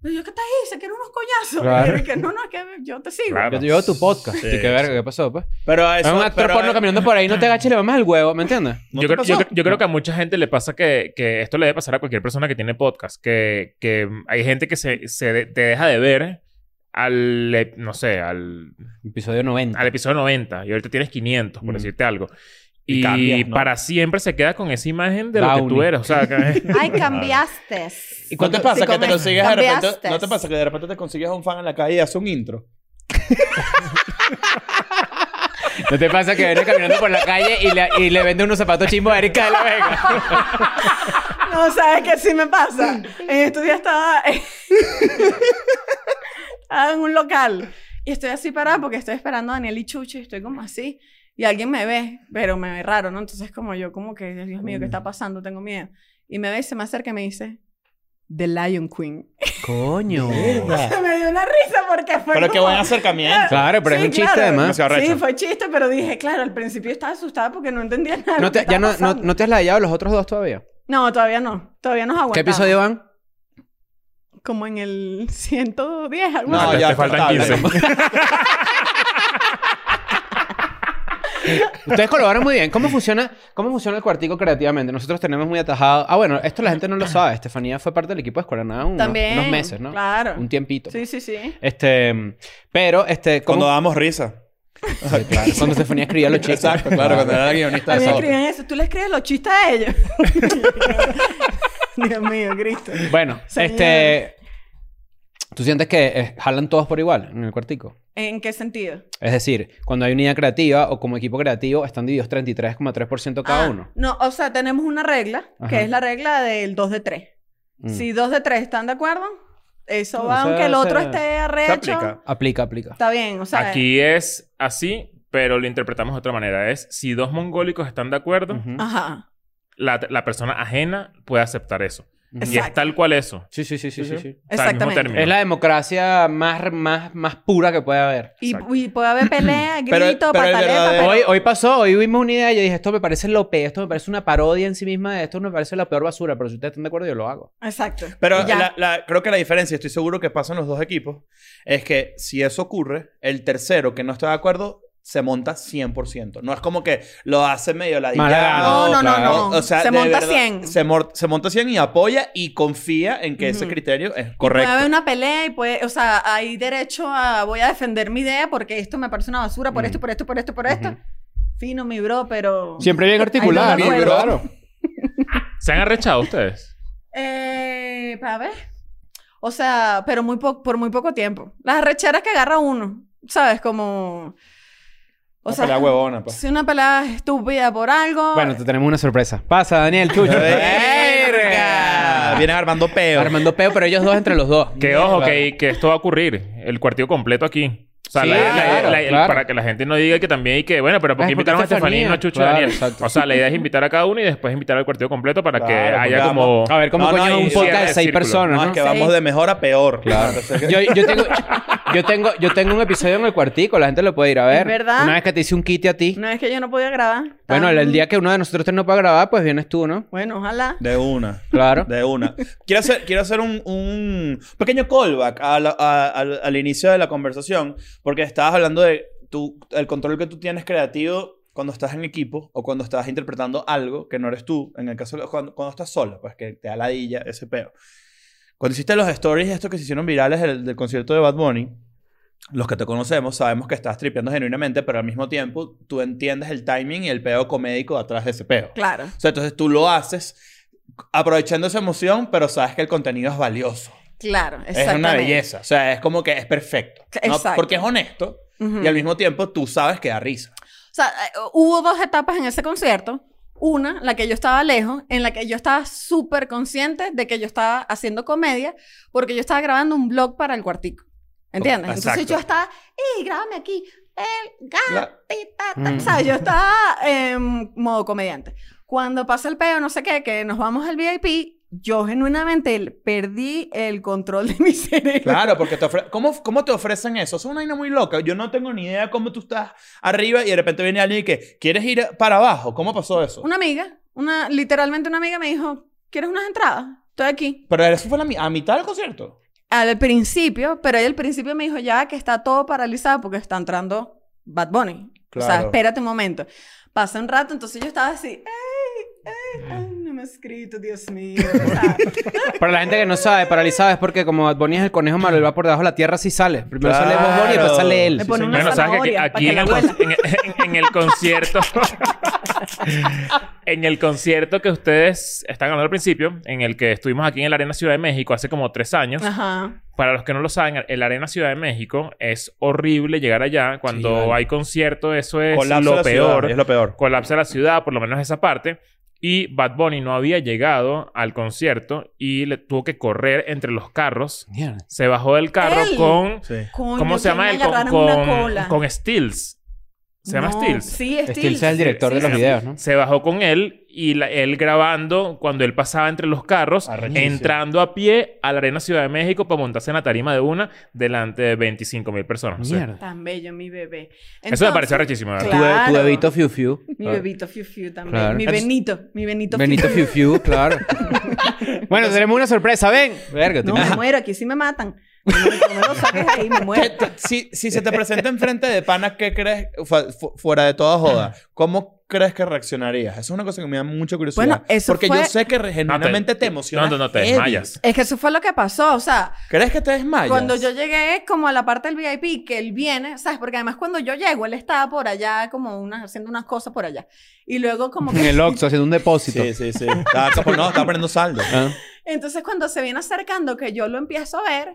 A: Y yo, ¿qué te hice? Que eran unos coñazos.
C: Claro.
A: Y él que, no, no, es que yo te sigo.
B: Claro.
C: Yo te llevo tu podcast.
D: Sí,
C: y qué verga, ¿qué pasó, pues?
D: Pero
C: Es un actor
D: pero-
C: porno caminando por ahí, no te agaches y le mamas el huevo, ¿me entiendes?
D: ¿No
B: yo,
D: te
B: creo, yo
D: pasó?
B: creo- yo creo que a mucha gente le pasa que, que esto le debe pasar a cualquier persona que tiene podcast, que, que hay gente que se, se de- te deja de ver al, eh, no sé, al,
C: Episodio 90.
B: al episodio 90 y ahorita tienes 500, por
C: Mm.
B: decirte algo.
D: Y
B: Y,
D: cambias, ¿no?
B: para siempre se queda con esa imagen de lo que tú
C: Downey.
B: eres. O sea, que-
A: Ay, cambiaste.
C: ¿Y
D: ¿No
C: cuánto
D: te pasa
A: Sí,
D: que te
A: come.
D: consigues de repente,
A: Cambiaste.
D: ¿No te pasa que de repente te consigues a un fan en la calle y hace un intro?
C: ¿No te pasa que viene caminando por la calle y le, y le vende unos zapatos chimbos a Erika de la Vega?
A: No, ¿sabes qué sí me pasa? En estos días estaba... estaba en un local. Y estoy así parada porque estoy esperando a Daniel y Chuchi. Estoy como así. Y alguien me ve, pero me ve raro, ¿no? Entonces como yo, como que, Dios mío, ¿qué
C: Mm.
A: está pasando? Tengo miedo. Y me ve y se me acerca y me dice... The Lion Queen.
C: Coño.
A: me dio una risa porque fue
D: Pero qué
A: como-
D: buen acercamiento.
C: Claro, pero
A: Sí,
C: es un chiste
A: claro.
C: además.
D: Demasiado
A: Sí,
D: arrecho.
A: fue chiste, pero dije, claro, al principio estaba asustada porque no entendía nada. de
C: No
A: lo que
C: te, ya
A: estaba
C: no, no,
A: pasando.
C: no te has ladillado los otros dos todavía.
A: No, todavía no. Todavía nos aguantamos.
C: ¿Qué episodio van?
A: Como en el 110, algo
D: No,
A: así.
B: te-
D: ya
B: te faltan
D: está,
B: 15.
C: Ustedes colaboran muy bien. ¿Cómo funciona, ¿Cómo funciona el cuartico creativamente? Nosotros tenemos muy atajado... Ah, bueno, esto la gente no lo sabe. Estefanía fue parte del equipo de Escuela de Nada unos,
A: También.
C: unos meses, ¿no?
A: Claro.
C: Un tiempito.
A: Sí, sí, sí.
C: Este... Pero, este... ¿cómo-
E: Cuando dábamos risa.
C: Sí, claro. Cuando Estefanía escribía los chistes.
E: Exacto, claro, cuando era la guionista
A: A
E: de
A: mí me
E: esa
A: escribían eso. Tú le escribes los chistes a ellos. Dios mío, Cristo.
C: Bueno,
A: Señor.
C: este... ¿Tú sientes que eh, jalan todos por igual en el cuartico?
A: ¿En qué sentido?
C: Es decir, cuando hay unidad creativa o como equipo creativo, están divididos 33,3% cada
A: Ah,
C: uno.
A: No, o sea, tenemos una regla,
C: Ajá.
A: que es la regla del 2 de 3.
C: Mm.
A: Si dos de tres están de acuerdo, eso
C: No,
A: va
C: o sea,
A: aunque el
C: o
A: otro
C: sea,
A: esté arrecho.
E: aplica.
C: Aplica, aplica.
A: Está bien, o sea.
B: Aquí es así, pero lo interpretamos de otra manera. Es si dos mongólicos están de acuerdo,
C: Ujú.
A: Ajá.
B: la, la persona ajena puede aceptar eso. Y es
A: Exacto.
B: tal cual eso.
C: Sí, sí, sí, sí,
B: O sea,
C: sí. sí.
B: al mismo
A: Exactamente.
B: término.
C: Es la democracia más, más, más pura que puede haber.
A: Y,
B: Exacto.
A: y puede haber pelea,
E: Pero-
A: grito,
E: pero el
A: pataleta,
E: verdadero-
A: pero...
C: Hoy, hoy pasó, hoy vimos una idea y yo dije, esto me parece lo peor, esto me parece una parodia en sí misma, esto me parece la peor basura, pero si ustedes están de acuerdo, yo lo hago.
A: Exacto.
D: Pero
A: Y ya.
D: la- la- creo que la diferencia, estoy seguro que pasa en los dos equipos, es que si eso ocurre, el tercero que no está de acuerdo se monta 100%. No es como que lo hace medio
C: Malagado.
D: ladillado.
A: No, no, no, no. Se
D: de
A: monta
D: verdad,
A: 100.
D: Se, mor- se monta 100 y apoya y confía en que ese
A: Ujú.
D: criterio es
A: Puede haber
D: correcto.
A: una pelea y puede, o sea, hay derecho a voy a defender mi idea porque esto me parece una basura por
C: Mm.
A: esto, por esto, por esto, por esto. Fino, mi bro, pero.
C: bien
A: articulado, Ay, no me acuerdo. claro.
B: ¿Se han arrechado ustedes?
A: Eh, para ver. O sea, pero muy po- por muy poco tiempo. Las arrecheras que agarra uno, ¿sabes? Como. O
E: O
A: sea,
E: la huevona, pues.
A: si una pelada estúpida por algo.
C: Bueno, te tenemos una sorpresa. Pasa, Daniel, chucho.
D: ¡Verga! Viene armando peo.
C: Armando peo, pero ellos dos entre los dos.
B: Que ojo, que, que esto va a ocurrir. El cuartillo completo aquí. O sea,
C: Sí,
B: la- la-
C: claro,
B: la- el-
C: claro.
B: para que la gente no diga que también y que, bueno, pero ¿por
C: Ah,
B: qué
C: es porque
B: invitaron a Estefanía y no a
C: Estefanía.
B: Chucho
C: Claro,
B: y Daniel?
C: exacto.
B: O sea, la idea es invitar a cada uno y después invitar al cuartillo completo para que
E: Claro,
B: haya
E: porque
B: como...
C: A ver, ¿cómo
D: No, no,
C: coño
D: y-
C: un podcast de
B: cierra el
C: seis
B: círculo.
C: personas,
D: No,
C: no?
D: es que
A: Sí.
D: vamos de mejor a peor.
E: Claro.
D: Entonces,
C: Yo, yo tengo, yo, tengo, yo tengo un episodio en el cuartico, la gente lo puede ir a ver.
A: Es verdad.
C: Una vez que te hice un kit a ti.
A: No es que yo no podía grabar.
C: Bueno, el,
A: Tan-
C: el día que uno de nosotros tres no pueda grabar, pues vienes tú, ¿no?
A: Bueno, ojalá.
D: de una.
C: Claro.
D: De una. Quiero hacer, quiero hacer un, un pequeño callback a la- a- al- al inicio de la conversación, porque estabas hablando de tu, el control que tú tienes creativo cuando estás en equipo o cuando estás interpretando algo que no eres tú, en el caso de cuando, cuando estás solo, pues que te da ladilla ese peo. Cuando hiciste los stories estos que se hicieron virales del, del concierto de Bad Bunny, los que te conocemos sabemos que estás tripeando genuinamente, pero al mismo tiempo tú entiendes el timing y el peo comédico atrás de ese peo.
A: Claro.
D: O sea, entonces tú lo haces aprovechando esa emoción, pero sabes que el contenido es valioso.
A: Claro,
D: Es
A: exactamente.
D: una belleza. O sea, es como que es perfecto. ¿no?
A: Exacto. Mm.
D: Porque es honesto
A: Ujú.
D: y al mismo tiempo tú sabes que da risa.
A: O sea, eh, hubo dos etapas en ese concierto. Una, la que yo estaba lejos, en la que yo estaba súper consciente de que yo estaba haciendo comedia, porque yo estaba grabando un blog para el cuartico. ¿Entiendes? Entonces
D: Exacto.
A: yo estaba, ¡y grábame aquí! El
D: La-
A: gatita.
C: Mm.
A: O sea, yo estaba en modo comediante. Cuando pasa el peo, no sé qué, que nos vamos al VIP, yo genuinamente perdí el control de mi cerebro.
D: Claro, porque te ofre- ¿Cómo, ¿Cómo te ofrecen eso? Es una vaina muy loca. Yo no tengo ni idea cómo tú estás arriba y de repente viene alguien y que ¿quieres ir a- para abajo? ¿Cómo pasó eso?
A: Una amiga, una, literalmente una amiga me dijo, ¿quieres unas entradas? Estoy aquí.
D: Pero eso fue la mi- a mitad del concierto.
A: Al principio, pero ella al principio me dijo ya que está todo paralizado porque está entrando Bad Bunny. O sea,
D: Claro.
A: espérate un momento. Pasa un rato, entonces yo estaba así, ¡ay! ¡ay!
B: Mm.
A: ay, no me ha escrito, Dios mío. O sea,
C: Para la gente que no sabe, paralizado es porque como Bad Bunny es el conejo malo, él va por debajo de la tierra, sí sale. Primero sale Bad Bunny y después
D: Claro.
C: sale
A: le
C: él.
A: pone una
B: Bueno, sabes que aquí,
A: zanahoria
B: aquí
A: para que
B: en,
A: la
B: el,
A: huela.
B: con- en, en- en el concierto. en el concierto que ustedes están hablando al principio, en el que estuvimos aquí en el Arena Ciudad de México hace como tres años.
A: Ah. Ajá.
B: Para los que no lo saben, el Arena Ciudad de México es horrible llegar allá. Cuando
D: vale.
B: hay concierto, eso es
D: Colapso de
B: lo
D: la ciudad,
B: peor.
D: Es lo peor.
B: colapsa la ciudad, por lo menos esa parte. Y Bad Bunny no había llegado al concierto y le tuvo que correr entre los carros.
C: Mierda.
B: Se bajó del carro
A: Él.
B: con.
D: Sí.
A: Coño,
B: ¿Cómo se
A: que me
B: llama él? Con,
A: agarraran una
B: con,
A: cola.
B: con Stills. Se llama
A: No,
B: Stills.
A: Sí, Stills.
C: Stills es el director de los videos, ¿no?
B: Se bajó con él y la- él grabando cuando él pasaba entre los carros,
D: Arrechísimo.
B: entrando a pie a la Arena Ciudad de México para montarse en la tarima de una delante de 25 mil personas. O sea,
C: Mierda.
A: Tan bello, mi bebé.
B: Eso me
A: Entonces,
B: pareció rechísimo, ¿verdad?
A: Claro.
C: Tu, tu bebito Fiu Fiu.
A: Mi bebito Fiu Fiu también.
C: Claro.
A: Mi
C: Entonces-
A: Benito. Mi Benito Fiu
C: Benito
A: Fiu.
C: Fiu Fiu, claro. bueno, tenemos una sorpresa, ven. Verga,
A: No,
C: te-
A: me muero. Aquí sí me matan. No me lo saques ahí, me
D: ¿Qué
A: muero.
D: te- si, si se te presenta enfrente de pana, ¿qué crees? Fu- fu- fuera de toda joda. ¿Cómo crees que reaccionarías? Esa es una cosa que me da mucha curiosidad.
A: Bueno, eso
D: Porque
A: fue-
D: yo sé que re- genuinamente te, emocionas.
B: No, no, no, te
D: heavy.
B: desmayas.
A: Es que eso fue lo que pasó, o sea,
D: ¿Crees que te desmayas?
A: Cuando yo llegué como a la parte del VIP, que él viene, ¿sabes? Porque además cuando yo llego, él estaba por allá como una, haciendo unas cosas por allá. Y luego como
C: En
A: que...
C: el Oxxo haciendo un depósito.
D: Sí, sí, sí. Estaba, capo- no, estaba poniendo saldo.
C: Ah.
A: Entonces cuando se viene acercando, que yo lo empiezo a ver,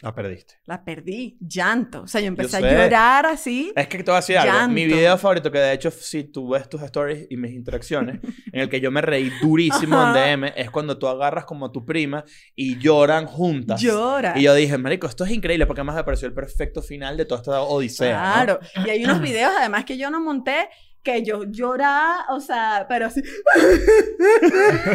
D: La perdiste.
A: la perdí, llanto. O sea, yo empecé
D: Yo
A: a
D: sé. Eh,
A: llorar así.
D: Es que te voy a decir algo.
A: Llanto.
D: Mi video favorito, que de hecho, si tú ves tus stories y mis interacciones, en el que yo me reí durísimo en
A: Ajá.
D: DM, es cuando tú agarras como a tu prima y lloran juntas.
A: Llora.
D: Y yo dije, Marico, esto es increíble porque además me pareció el perfecto final de toda esta odisea. ¿no?
A: Claro. Y hay unos videos además que yo no monté que yo lloraba, o sea, pero así.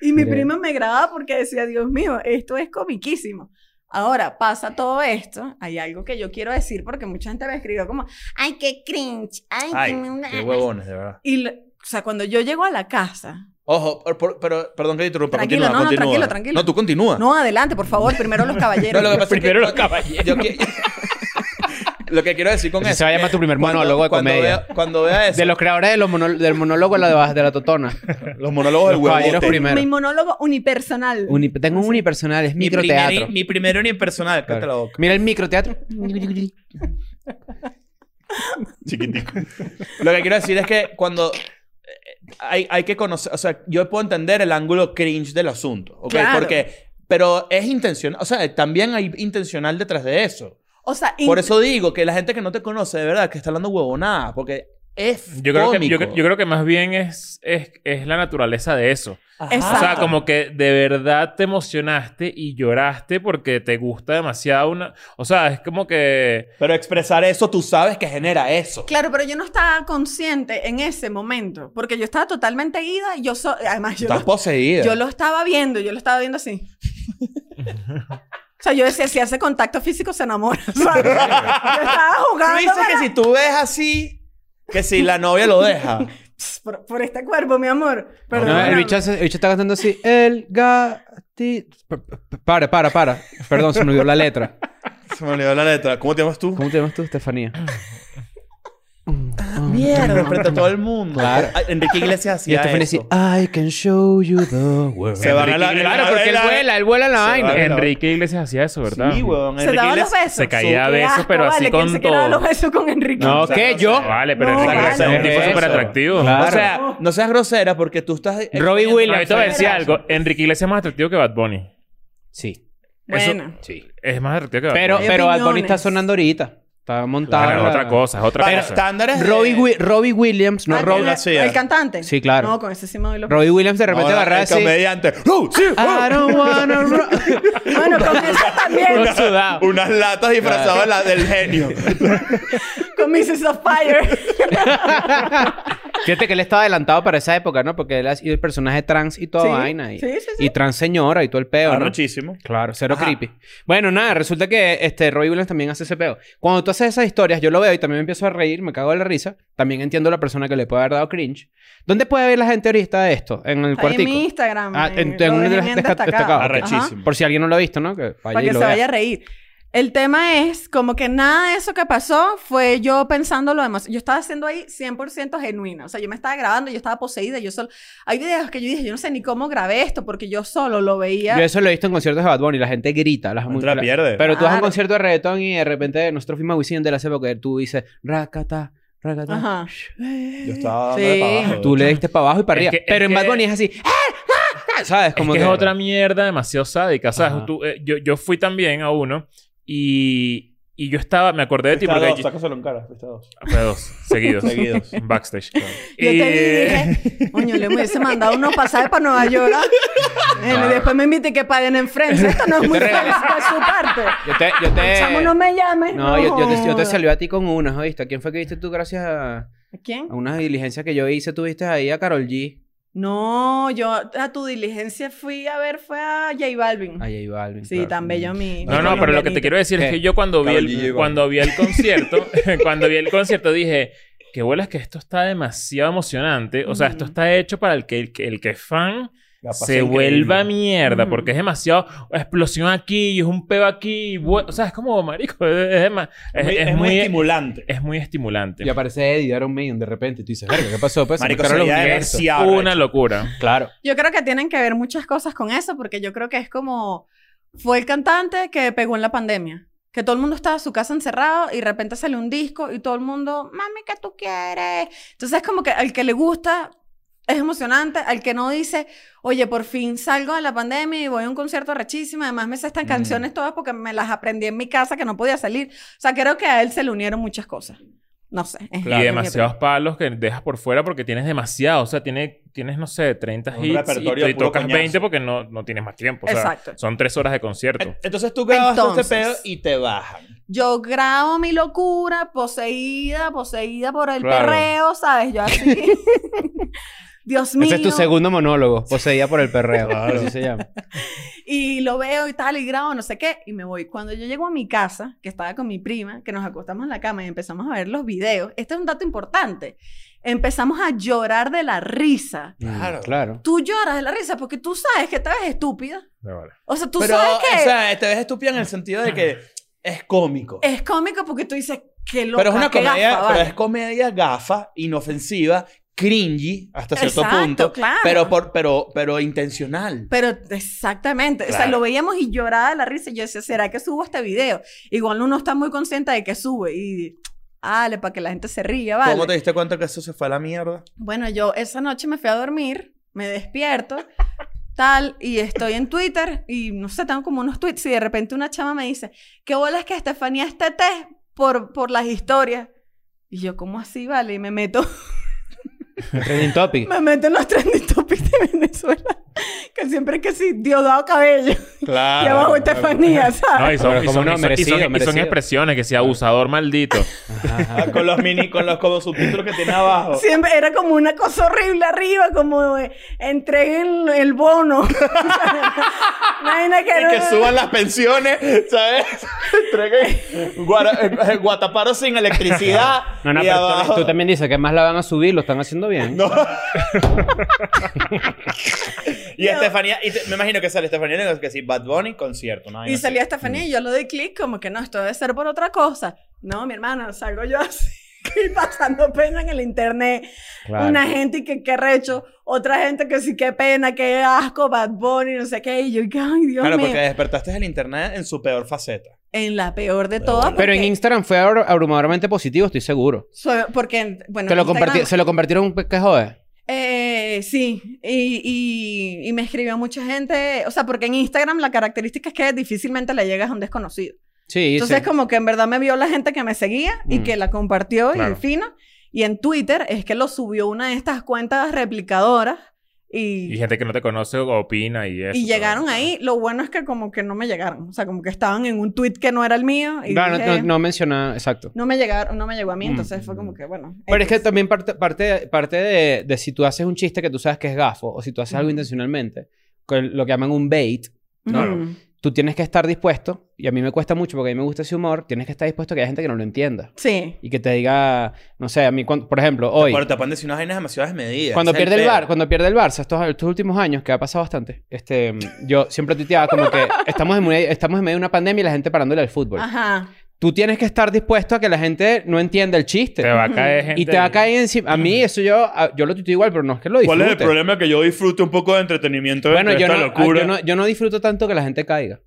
A: y mi
C: Mira.
A: prima me grababa porque decía, Dios mío, esto es comiquísimo. Ahora pasa todo esto. Hay algo que yo quiero decir porque mucha gente me escribió como, ay, qué cringe, ay,
D: Ay,
A: qué me-
D: qué huevones, de verdad.
A: Y, lo- o sea, cuando yo llego a la casa,
D: Ojo, por- por- pero, perdón que te interrumpa.
A: Tranquilo,
D: continúa,
A: no, no,
D: continúa.
A: tranquilo, tranquilo.
D: No, tú continúa.
A: no, adelante, por favor, primero los
D: No,
A: caballeros.
D: lo que pasa es que-
B: Primero los caballeros.
D: yo qui- lo que quiero decir con
C: Ese
D: eso.
C: se va a llamar tu primer monólogo de
D: cuando
C: comedia.
D: Vea, cuando vea eso.
C: De los creadores de los mono- del monólogo de la, de la Totona.
E: Los monólogos del
C: Los caballeros
E: huevo.
C: primero.
A: Mi monólogo unipersonal.
C: Uni- tengo un
A: Así.
C: unipersonal, es
D: mi
C: microteatro.
D: primer, mi primero ni personal.
C: Claro.
D: Cállate la boca.
C: Mira el microteatro.
E: Chiquitico.
D: Lo que quiero decir es que cuando eh, hay, hay que conocer, o sea, yo puedo entender el ángulo cringe del asunto, ¿ok?
A: Claro.
D: Porque, pero es intencional, o sea, también hay intencional detrás de eso.
A: O sea,
D: Por eso digo que la gente que no te conoce, de verdad, que está hablando huevonada, porque es
B: Yo creo, que,
D: cómico.
B: yo, cre- yo creo que más bien es, es, es la naturaleza de eso.
D: Ajá.
A: Exacto.
B: O sea, como que de verdad te emocionaste y lloraste porque te gusta demasiado una... O sea, es como que...
D: Pero expresar eso, tú sabes que genera eso.
A: Claro, pero yo no estaba consciente en ese momento, porque yo estaba totalmente ida y yo so- además yo
D: Estás
A: lo,
D: poseída.
A: yo lo estaba viendo, yo lo estaba viendo así. o sea, yo decía, si hace contacto físico se enamora. O sea, yo estaba
D: Tú
A: jugando
D: dices que si tú ves así, que si la novia lo deja.
A: para- por, por este cuerpo, mi amor. Pero
C: No, el, bicho, hace- el bicho está cantando así. El gatito. Para, para, para. Perdón, se me olvidó la letra.
E: Se me olvidó la letra. ¿Cómo te llamas tú?
C: ¿Cómo te llamas tú, Estefanía?
D: Mierda, frente a todo el mundo.
C: Claro.
D: Ay, Enrique Iglesias
C: Y este
D: hacía
C: Estefanía
D: eso.
C: así. I can show you the world.
E: Se van a la-
C: Claro, porque él
E: la-
C: vuela, él vuela en la
E: se
C: vaina.
E: va. Claro.
B: Enrique Iglesias hacía eso, ¿verdad?
D: Sí, huevón.
A: se
D: Enrique
A: daban los
D: Iglesias-
A: besos.
B: se caía a
A: Qué
B: besos,
A: asco,
B: pero así
A: vale,
B: con
A: ¿quién se quedaba
B: todo.
A: los besos con Enrique?
C: No,
D: sea,
C: ¿qué?
D: no
C: ¿Yo?
D: sea.
B: Vale, pero
A: No,
B: Enrique Iglesias es un
D: vale.
B: tipo súper
D: Eso.
B: atractivo.
C: Claro.
D: O sea, no seas grosera porque tú estás.
C: Robbie Williams.
B: No, yo te voy a decir
A: Pero-
B: algo. Enrique Iglesias es más atractivo que Bad Bunny.
C: Sí,
A: Bueno,
C: sí.
B: Es más atractivo que Bad
C: Pero,
B: Bunny.
C: pero Bad Bunny
A: opiniones.
C: está sonando ahorita. Está montado.
B: Bueno, es
C: la-
B: otra cosa, es otra
D: Pero
B: cosa.
D: estándares. de-
C: Robbie, Wi- Robbie Williams, no
A: Ah,
C: Rob-
A: el,
E: García.
A: el cantante.
C: Sí, claro.
A: No, con ese sí me doy los
C: Robbie Williams de repente
E: Ahora,
C: agarra
E: el
C: así.
E: comediante. ¡Uh, sí!
C: I don't wanna ro-
A: Bueno, con ese también.
C: Todo sudado.
E: Unas latas disfrazadas de la- del genio.
A: con Mrs. of Fire.
C: Fíjate que él estaba adelantado para esa época, ¿no? Porque él ha sido el personaje trans y toda
A: Sí,
C: vaina. Y,
A: sí, sí, sí.
C: y trans señora y todo el
D: Ah,
C: peo, ¿no?
E: Arrechísimo.
C: Claro, cero creepy. Bueno, nada, resulta que este Roy Williams también hace ese peo. Cuando tú haces esas historias, yo lo veo y también me empiezo a reír, me cago de la risa. También entiendo la persona que le puede haber dado cringe. ¿Dónde puede ver la gente ahorita esto? En el
A: Ahí en
C: cuartico.
A: mi Instagram. eh,
C: Ah, en- en
A: lo
C: uno de
A: dejé
C: los
A: en
C: desca-
A: destacado.
B: Ah,
A: Ajá,
C: destacados.
E: Arrechísimo.
C: Por si alguien no lo ha visto, ¿no? Que vaya
A: Para
C: y
A: que se
C: lo vea.
A: vaya a reír. El tema es como que nada de eso que pasó fue yo pensando lo demás. Yo estaba haciendo ahí 100% genuina. O sea, yo me estaba grabando, yo estaba poseída. Yo solo... Hay videos que yo dije, yo no sé ni cómo grabé esto porque yo solo lo veía.
C: Yo eso lo he visto en conciertos de Bad Bunny. La gente grita. Las
E: No te la
C: la-
E: pierdes.
C: Pero tú vas a un
A: Claro.
C: concierto de reggaetón y de repente nosotros fuimos a Wisin de la época que tú dices... Racata, racata.
A: Ajá.
E: Yo estaba
A: Sí. ¡Eh!
E: dándole para abajo.
C: Tú le diste para abajo y para
B: Es
C: arriba.
B: que- es
C: pero en
B: que-
C: Bad Bunny es así... "Ah, ah, ah", ¿Sabes?
B: Es
C: Como
B: que
C: que...
B: es otra mierda demasiado sádica.
C: Ajá.
B: ¿Sabes? Tú, eh, yo, yo fui también a uno y, y yo estaba... Me acordé de ti
E: Fuiste a
B: porque...
E: dos, sácaselo en cara. Fuiste a dos.
B: Fue dos, seguidos.
E: Seguidos.
B: Backstage.
A: Yo te vi
B: Y-
A: y dije, coño, le hubiese mandado unos pasajes para Nueva York. ¿ah? Eh,
B: Claro.
A: Y después me invité que paguen en Francia. Esto no es muy feliz de su parte.
C: Yo te... Yo
A: Chamo,
C: te...
A: no me llames.
C: No, yo, yo te, yo te
A: jodas.
C: salvé a ti con unas, ¿oíste? ¿A quién fue que viste tú gracias a,
A: ¿A ¿Quién?
C: a unas diligencias que yo hice? Tú viste ahí a Carol G.
A: No, yo a tu diligencia fui a ver, fue a J Balvin.
C: A J Balvin.
A: sí,
C: claro.
A: tan bello mi.
B: No, no, pero lo que te quiero decir
C: ¿Qué?
B: es que yo cuando vi
E: Karol G
B: el,
E: llegó.
B: cuando vi el concierto, cuando vi el concierto dije, qué bolas que esto está demasiado emocionante. O sea, esto
A: Ujú.
B: está hecho para el que, el, que- el que es fan
D: La pasé
B: se
D: increíble.
B: vuelva mierda,
A: Ujú.
B: porque es demasiado explosión aquí y es un peo aquí. Y vue- o sea, es como, marico, es, es, ma- es-
D: muy-
B: es
D: es muy
B: muy,
D: estimulante.
B: es muy estimulante.
C: Y aparece Eddie de Iron Maiden de repente. Y tú dices, verga, ¿qué pasó? Pues, Se
D: Marico,
C: mezclaron
D: sería
C: los
D: de-
C: universos.
B: es
D: demasiado
B: una
D: arrecho.
B: locura.
C: Claro.
A: Yo creo que tienen que ver muchas cosas con eso, porque yo creo que es como fue el cantante que pegó en la pandemia. Que todo el mundo estaba en su casa encerrado y de repente sale un disco y todo el mundo, mami, ¿qué tú quieres? Entonces es como que al que le gusta es emocionante, al que no dice, oye, por fin salgo de la pandemia y voy a un concierto rechísimo, además me sé
B: Mm.
A: estas canciones todas porque me las aprendí en mi casa que no podía salir. O sea, creo que a él se le unieron muchas cosas. No sé. es- es
B: Y
A: mi
B: demasiados
A: opinión.
B: palos que dejas por fuera porque tienes demasiado. O sea, tiene, tienes, no sé, 30
D: Un
B: hits y,
D: repertorio
B: y
D: de puro
B: tocas
D: coñazo.
B: 20 porque no, no tienes más tiempo. O sea,
A: Exacto. Eh,
B: son tres horas de concierto.
D: En- Entonces tú grabas todo este pedo
A: Entonces.
D: y te bajan.
A: Yo grabo mi locura, poseída, poseída por el
B: Claro.
A: perreo, ¿sabes? Yo así. Dios mío.
C: Ese es tu segundo monólogo, poseída por el perreo. Así se llama.
A: Y lo veo y tal, y grabo, no sé qué, y me voy. Cuando yo llego a mi casa, que estaba con mi prima, que nos acostamos en la cama y empezamos a ver los videos, este es un dato importante. Empezamos a llorar de la risa.
D: Claro.
C: Mm, Claro.
A: Tú lloras de la risa porque tú sabes que te ves estúpida.
B: De verdad.
A: O sea, tú
D: Pero,
A: sabes que
D: o sea, te ves estúpida en el sentido de que es cómico.
A: es cómico porque tú dices que lo
D: pero es una comedia, pero es comedia gafa, inofensiva, cringy hasta cierto punto,
A: claro.
D: pero por pero pero intencional.
A: Pero exactamente, o sea,
D: Claro.
A: lo veíamos y lloraba de la risa. Y yo decía, ¿será que subo este video? Igual uno está muy consciente de que sube y, ale, para que la gente se ría, ¿vale?
D: ¿Cómo te diste cuenta que eso se fue a la mierda?
A: Bueno, yo esa noche me fui a dormir, me despierto, tal, y estoy en Twitter y no sé, tengo como unos tweets y de repente una chama me dice, ¿qué bolas que Estefanía esté test por, por las historias? Y yo, ¿cómo así, vale? Y me meto
C: Trending topic.
A: Me meto en los trending topics de Venezuela. Que siempre que sí, Diosdado Cabello.
D: Claro.
A: y abajo Estefanía,
B: No,
A: ¿sabes?
B: y son,
C: Pero
B: y
C: como
B: son- y son- y
C: no,
B: son-
C: merecido,
B: y son
C: merecido.
B: expresiones que sea abusador maldito.
C: Ajá, ajá.
D: Ah, con los mini, con los como subtítulos que tiene abajo.
A: Siempre era como una cosa horrible arriba, como eh, entreguen el bono. Imagina que
D: Y
A: era-
D: que suban las pensiones, ¿sabes? Entreguen guara- eh, guataparos sin electricidad.
C: No, no,
D: y
C: pero tú-
D: abajo-
C: tú también dices que más la van a subir, lo están haciendo bien.
D: No. y Estefanía, y te- me imagino que sale Estefanía Lengua, que sí, Bad Bunny, concierto. una vaina
A: Y
D: así.
A: salía
C: Mm.
A: Estefanía y yo le doy clic, como que no, esto debe ser por otra cosa. No, mi hermano, salgo yo así. Y pasando pena en el internet.
C: Claro.
A: Una gente que qué recho, otra gente que sí, qué pena, qué asco, Bad Bunny, no sé qué. Y yo, ay, Dios
D: Claro,
A: mío.
D: porque despertaste el internet en su peor faceta.
A: En la peor de
D: Pero
A: todas.
D: bueno.
C: Pero en
A: porque-
C: Instagram fue abru- abrumadoramente positivo, estoy seguro.
A: So- porque, bueno,
C: Te lo
A: Instagram-
C: comparti- se lo convirtieron en un que jode.
A: Eh, sí, y, y- y me escribió mucha gente, o sea, porque en Instagram la característica es que difícilmente le llegas a un desconocido.
C: Sí,
A: Entonces,
C: sí.
A: como que en verdad me vio la gente que me seguía y
C: Mm.
A: que la compartió
B: Claro.
A: y fino. Y en Twitter es que lo subió una de estas cuentas replicadoras
B: y
A: y,
B: gente que no te conoce opina y eso.
A: y llegaron ahí. Lo bueno es que como que no me llegaron, o sea, como que estaban en un tweet que no era el mío y
C: No, no,
A: dije,
C: no,
A: no,
C: no menciona, exacto.
A: me llegaron, no me llegó a mí,
C: Mm.
A: entonces fue como que bueno.
C: Pero es que
A: X.
C: también parte, parte, parte de, de si tú haces un chiste que tú sabes que es gafo o si tú haces algo
A: Ujú.
C: intencionalmente, con lo que llaman un bait,
B: Claro.
A: Ujú.
C: tú tienes que estar dispuesto, y a mí me cuesta mucho porque a mí me gusta ese humor, tienes que estar dispuesto a que haya gente que no lo entienda.
A: Sí.
C: Y que te diga, no sé, a mí, cuando- por ejemplo, hoy,
D: Pero te pueden decir unas vainas demasiado desmedidas.
C: cuando
D: Ese es
C: pierde el,
D: pedo.
C: bar, cuando pierde el Barça, estos, estos últimos años, que ha pasado bastante, este, yo siempre tuiteaba como que estamos en, medio- estamos en medio de una pandemia y la gente parándole al fútbol.
A: Ajá.
C: Tú tienes que estar dispuesto a que la gente no entienda el chiste.
B: Te va a caer gente.
C: Y te va a caer encima. A mí, eso yo, a- yo lo tuiteo igual, pero no es que lo disfrute.
E: problema? Que yo disfrute un poco de entretenimiento
C: Bueno,
E: entre
C: yo no, ah, yo, no, yo no disfruto tanto que la gente caiga.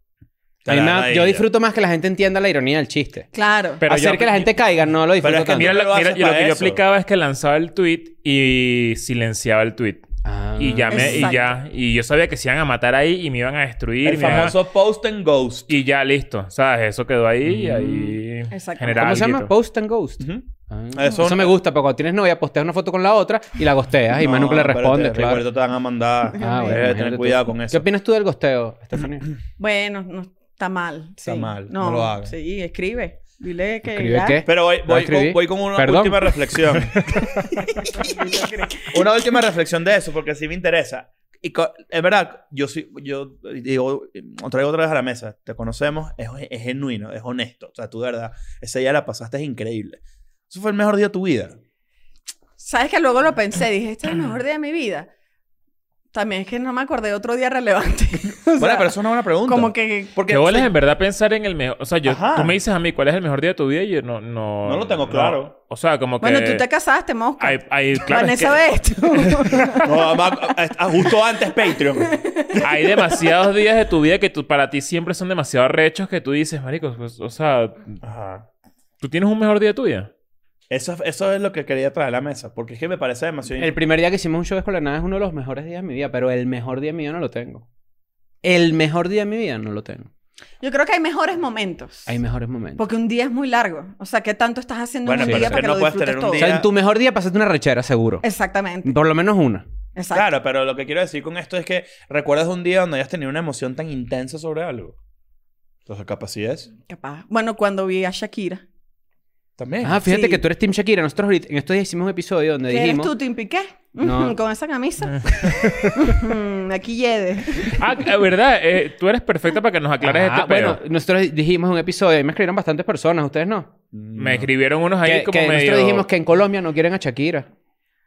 C: A mí me da- yo disfruto más que la gente entienda la ironía del chiste.
A: Claro.
B: Pero
C: Hacer
B: yo-
C: que la gente caiga no lo disfruto
D: es que
C: tanto.
B: Mira,
D: No
B: lo-
D: lo
B: mira,
D: haces
B: y lo
D: para
B: que yo
D: eso.
B: aplicaba es que lanzaba el tweet y silenciaba el tweet.
C: Ah.
B: Y ya me, y
A: Exacto.
B: ya. Y yo sabía que se iban a matar ahí y me iban a destruir.
D: El
B: me iban a-
D: famoso post and ghost.
B: Y ya listo, ¿sabes? Eso quedó ahí y
C: Mm.
B: ahí
A: Exacto.
B: generaba
C: ¿Cómo se llama?
B: alguito.
C: Post and ghost.
D: Ujú.
C: Ah.
D: Eso-
C: Eso, me gusta, porque cuando tienes novia, posteas una foto con la otra y la gosteas y más nunca le
D: espérate,
C: respondes, claro.
D: recuerdo, te van a mandar.
C: Ah, bueno,
D: Debes
C: imagínate
D: tener
C: tú.
D: cuidado con
C: ¿Qué
D: eso.
C: opinas tú del gosteo, Estefanía?
A: Bueno, no, está mal.
D: Está
A: sí.
D: mal, no lo hagas.
A: Sí, escribe. Dile que.
C: ¿Escribe
A: ya.
C: qué?
D: Pero voy,
C: ¿Lo
D: voy,
C: escribí?
D: con, voy con una
C: Perdón.
D: última reflexión. una última reflexión de eso, porque sí me interesa. Y co- es verdad, yo soy, yo digo, lo traigo otra vez a la mesa, te conocemos, es, es genuino, es honesto. O sea, tú de verdad, ese día la pasaste increíble. Eso fue el mejor día de tu vida.
A: Sabes que luego lo pensé, dije, este es el mejor día de mi vida. También es que no me acordé de otro día relevante. O
D: Bueno,
A: sea,
D: pero eso es una buena pregunta.
A: como que
D: Porque
B: Que vuelves en verdad pensar en el mejor. O sea, yo,
D: Ajá.
B: tú me dices a mí cuál es el mejor día de tu vida y yo no. No,
D: No lo tengo claro.
B: O sea, como que.
A: Bueno, tú te casaste, mosca.
B: Hay, hay, claro, es que
A: Vanessa ve esto.
D: No, además, a- a- justo antes Patreon.
B: hay demasiados días de tu vida que tú- para ti siempre son demasiado rechos que tú dices, marico, pues, o sea,
D: Ajá.
B: ¿tú tienes un mejor día de tu vida?
D: Eso, eso es lo que quería traer a la mesa. Porque es que me parece demasiado...
C: El primer día que hicimos un show de Escuela de Nada es uno de los mejores días de mi vida, pero el mejor día de mi vida no lo tengo. El mejor día de mi vida no lo tengo.
A: Yo creo que hay mejores momentos.
C: Hay mejores momentos.
A: Porque un día es muy largo. O sea, ¿qué tanto estás haciendo
D: Bueno,
A: en un
C: pero
A: día
C: es
A: para
D: que
A: que
D: no
A: lo
D: puedes
A: disfrutes
D: tener un
A: todo?
C: O
D: día-
C: sea, en tu mejor día pasaste una rechera, seguro.
A: Exactamente.
C: Por lo menos una.
A: Exacto.
D: Claro, pero lo que quiero decir con esto es que recuerdas un día donde hayas tenido una emoción tan intensa sobre algo. Entonces, capaz sí es.
A: Capaz. Bueno, cuando vi a Shakira.
D: También.
C: Ah, fíjate
A: Sí.
C: que tú eres Team Shakira. Nosotros ahorita, en estos días hicimos un episodio donde
A: ¿Qué eres
C: dijimos...
A: tú, Tim Piqué?
C: No.
A: Mm, Con esa camisa. Mm, Aquí lleve.
B: Ah, que- verdad, Eh, tú eres perfecta para que nos aclares
C: Ajá,
B: este peo.
C: Ah, bueno, nosotros dijimos un episodio y me escribieron bastantes personas, ustedes no.
B: Me escribieron unos ahí
C: Mm. que
B: como
C: que
B: medio...
C: nosotros dijimos que en Colombia no quieren a Shakira.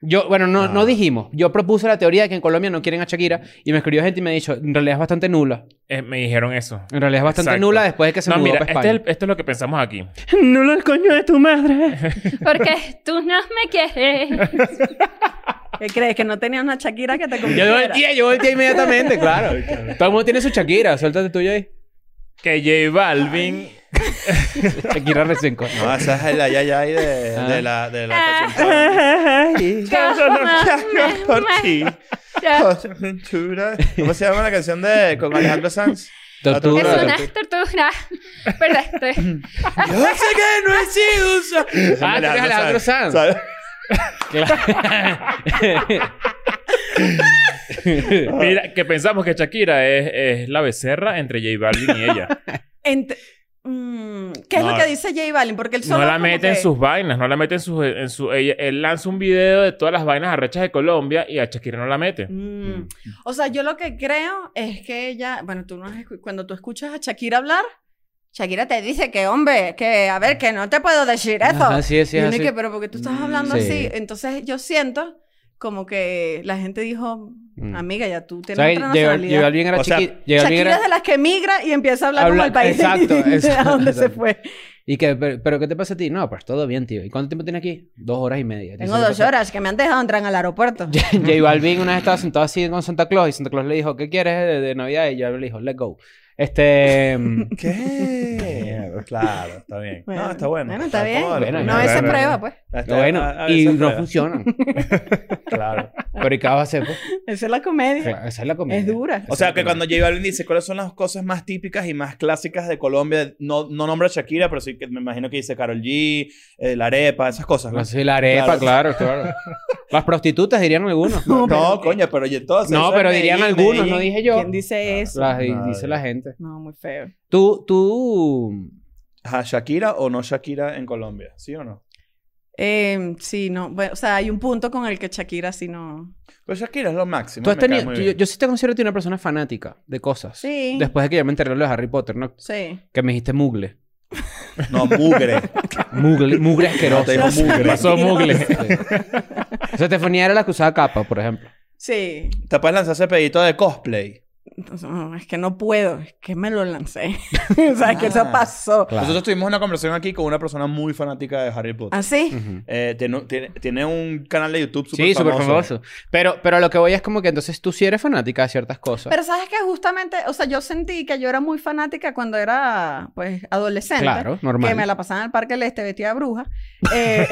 C: Yo, bueno, no,
D: Ah.
C: no dijimos. Yo propuse la teoría de que en Colombia no quieren a Shakira y me escribió gente y me ha dicho, en realidad es bastante nula.
B: Eh, me dijeron eso.
C: En realidad es bastante
B: Exacto.
C: nula después de que se
B: no,
C: mudó
B: mira,
C: para
B: este es
C: España.
B: el- esto es lo que pensamos aquí.
C: Nula el coño de tu madre.
F: Porque tú no me quieres.
A: ¿Qué crees? ¿Que no tenías una Shakira que te
C: yo
A: convirtiera?
C: volteé, yo volteé inmediatamente, claro. Todo el mundo tiene su Shakira. Suéltate tú, ahí.
B: Que J Balvin...
C: Shakira recién con...
D: No, esa es el ay, ay, ay de,
C: Ah.
D: de la, de la canción. ¿Cómo se llama la canción de con Alejandro Sanz?
F: Es
C: Tortura.
F: una tortura. Perdón.
D: Yo sé que no he sido sa-
C: Ah, tú eres Alejandro Sanz.
D: ¿Sabes?
B: Mira, que pensamos que Shakira es, es la becerra entre J Balvin y ella.
A: Ent- Mm, ¿Qué es
B: No.
A: lo que dice J Balvin? Porque él solo...
B: No la
A: como
B: mete en
A: que-
B: sus vainas, no la mete en sus... En su, ella- él lanza un video de todas las vainas arrechas de Colombia y a Shakira no la mete.
A: Mm. O sea, yo lo que creo es que ella, bueno, tú no has escu- cuando tú escuchas a Shakira hablar, Shakira te dice que, hombre, que, a ver, que no te puedo decir eso.
C: Ajá, sí, sí,
A: y uno
C: así.
A: y que, pues, pero porque tú estás
D: Mm,
A: hablando
C: sí.
A: así. Entonces yo siento como que la gente dijo,
C: Mm.
A: amiga, ya tú tienes
C: ¿Sabes?
A: otra
C: Lleva-
A: nacionalidad.
C: Lleva bien era
D: O sea,
C: chiqui- Lleva
A: Shakira
C: bien era-
A: es de las que emigra y empieza a hablar
C: Habla-
A: como el país
C: exacto,
A: de,
C: exacto,
A: a dónde se
C: exacto.
A: fue.
C: ¿Y qué, pero, pero qué te pasa a ti? No, pues todo bien, tío. ¿Y cuánto tiempo tienes aquí? Dos horas y media.
A: Tengo dos horas que me han dejado entrar al aeropuerto.
C: J Balvin una vez estaba sentado así con Santa Claus y Santa Claus le dijo, ¿qué quieres de, de Navidad? Y J Balvin le dijo, let's go. Este... mm,
D: ¿Qué? Claro, está bien. no, está bueno.
A: Bueno, está bien.
D: cómodo.
C: Bueno,
A: No,
C: ya,
A: esa
C: bueno,
A: prueba, pues.
D: Está-
C: bueno,
D: a- a
C: y
D: veces
C: no
D: prueba.
C: funciona.
D: Claro.
C: Pero ¿y qué vas a hacer? pues?
A: Esa es la comedia.
C: Claro, esa es la comedia.
A: Es dura.
D: O sea, que cuando J Balvin dice cuáles son las cosas más típicas y más clásicas de Colombia, no, no nombra a Shakira, pero sí que me imagino que dice Carol G, eh, la arepa, esas cosas. No,
C: No sé, la arepa, claro, claro. Las prostitutas dirían algunos.
D: no, coño, pero y entonces.
C: No,
D: eso
C: pero
D: es
C: dirían
D: Medellín,
C: algunos,
D: Medellín.
C: no dije yo.
A: ¿Quién dice eso?
C: Las-
D: Nadie.
C: dice la gente.
A: No, muy feo.
C: Tú, tú...
D: Ajá, Shakira o no Shakira en Colombia, ¿sí o no?
A: Eh, sí, no. Bueno, o sea, hay un punto con el que Shakira sí no.
D: Pues Shakira es lo máximo.
C: Tú has
D: me cae
C: tenido,
D: muy
C: tú- yo,
D: bien.
C: yo sí te considero a ti una persona fanática de cosas.
A: Sí.
C: Después de que yo me enteré de lo de Harry Potter, ¿no?
A: Sí.
C: Que me dijiste mugle.
D: No, mugre.
C: Mugle, mugle
D: no, te
C: asqueroso.
D: digo mugre.
B: Pasó Mugle.
C: o sea, Estefanía era la que usaba capa, por ejemplo.
A: Sí.
D: Te puedes lanzar ese pedito de cosplay.
A: Entonces, no, es que no puedo. Es que me lo lancé. o sea, es que eso
D: Ah.
A: pasó.
D: Nosotros tuvimos una conversación aquí con una persona muy fanática de Harry Potter.
A: ¿Así?
C: Ujú.
D: Eh, tiene, tiene- tiene un canal de YouTube súper
C: Sí, súper famoso. Pero, pero a lo que voy es como que entonces tú sí eres fanática de ciertas cosas.
A: Pero sabes que justamente, o sea, yo sentí que yo era muy fanática cuando era, pues, adolescente.
C: Claro, normal.
A: Que me la pasaba en el Parque del Este vestida de bruja. Eh,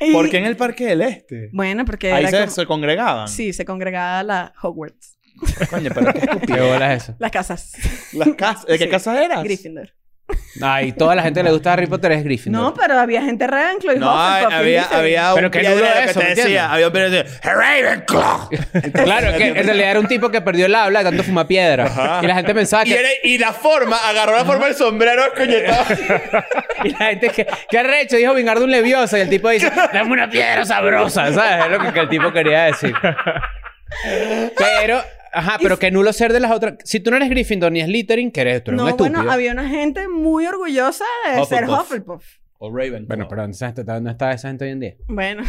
A: y-
D: ¿Por qué en el Parque del Este?
A: Bueno, porque
D: Ahí
A: era
D: se,
A: como-
D: se congregaban.
A: Sí, se congregaba la Hogwarts.
D: Coño, pero qué
C: ¿Qué
D: estúpido.
C: bola es eso?
A: Las casas.
D: Las casas. ¿De qué
A: Sí.
D: casas eras?
A: Gryffindor.
C: Ay, toda la gente que le gusta Harry Potter es Gryffindor.
A: No, pero había gente Ravenclaw y
D: No,
A: Hufflepuff, ¿quién
D: había,
A: dice?
D: había
C: Pero
D: un
C: que
D: piedrero
C: nulo
D: que
C: eso, ¿me
D: te
C: entiendes?
D: decía, había un piedrero que decía, "Hey, Ravenclaw".
C: Claro, que en realidad era un tipo que perdió el habla de tanto fuma piedra. Y la gente pensaba
D: Y,
C: Ah, que...
D: era- y la forma, agarró la forma del sombrero, coño, estaba-
C: Y la gente que... ¿Qué arrecho? Dijo Vingardo un levioso. Y el tipo dice... Dame una piedra sabrosa. ¿Sabes? Es lo que, que el tipo quería decir. Pero... Ajá, pero que nulo ser de las otras... Si tú no eres Gryffindor ni Slytherin, que eres tú eres un
A: No,
C: estúpido.
A: bueno, había una gente muy orgullosa de ser
D: Hufflepuff.
A: Hufflepuff.
D: O Ravenclaw.
C: Bueno, pero ¿dónde está- ¿dónde está esa gente hoy en día?
A: Bueno,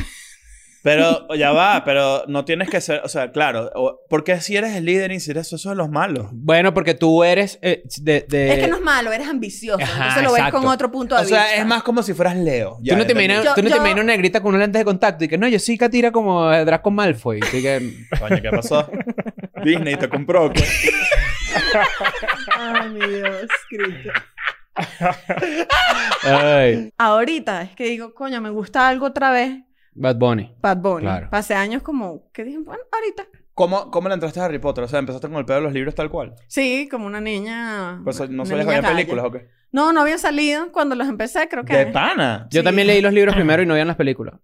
D: Pero ya va, pero no tienes que ser, o sea, claro, o- porque si eres el líder y si eres eso, eso es los malos.
C: Bueno, porque tú eres eh, de, de-
A: es que no es malo, eres ambicioso.
C: Ajá,
A: entonces lo ves
C: exacto.
A: con otro punto de
D: O
A: vista.
D: sea, es más como si fueras Leo.
C: Tú no te imaginas,
A: Yo-
C: tú no te
A: yo-
C: imaginas una negrita con unos lentes de contacto y que no, yo soy Katira como eh, Draco Malfoy. Así que,
D: Coño, ¿qué pasó? Disney te compró. ¿qué?
A: Ay, mi Dios, Cristo.
C: ay,
A: Ahorita es que digo, coño, me gusta algo otra vez.
C: Bad Bunny.
A: Bad Bunny.
C: Claro.
A: Pasé años como que dije, bueno, ahorita.
D: ¿Cómo, ¿Cómo le entraste a Harry Potter? O sea, empezaste con el pedo de los libros tal cual.
A: Sí, como una niña.
D: Pues, no
A: una
D: sabías que
A: niña
D: había
A: calle.
D: películas o qué.
A: No, no habían salido cuando los empecé, creo que.
D: De pana.
C: Yo
A: Sí.
C: también leí los libros primero y no habían las películas.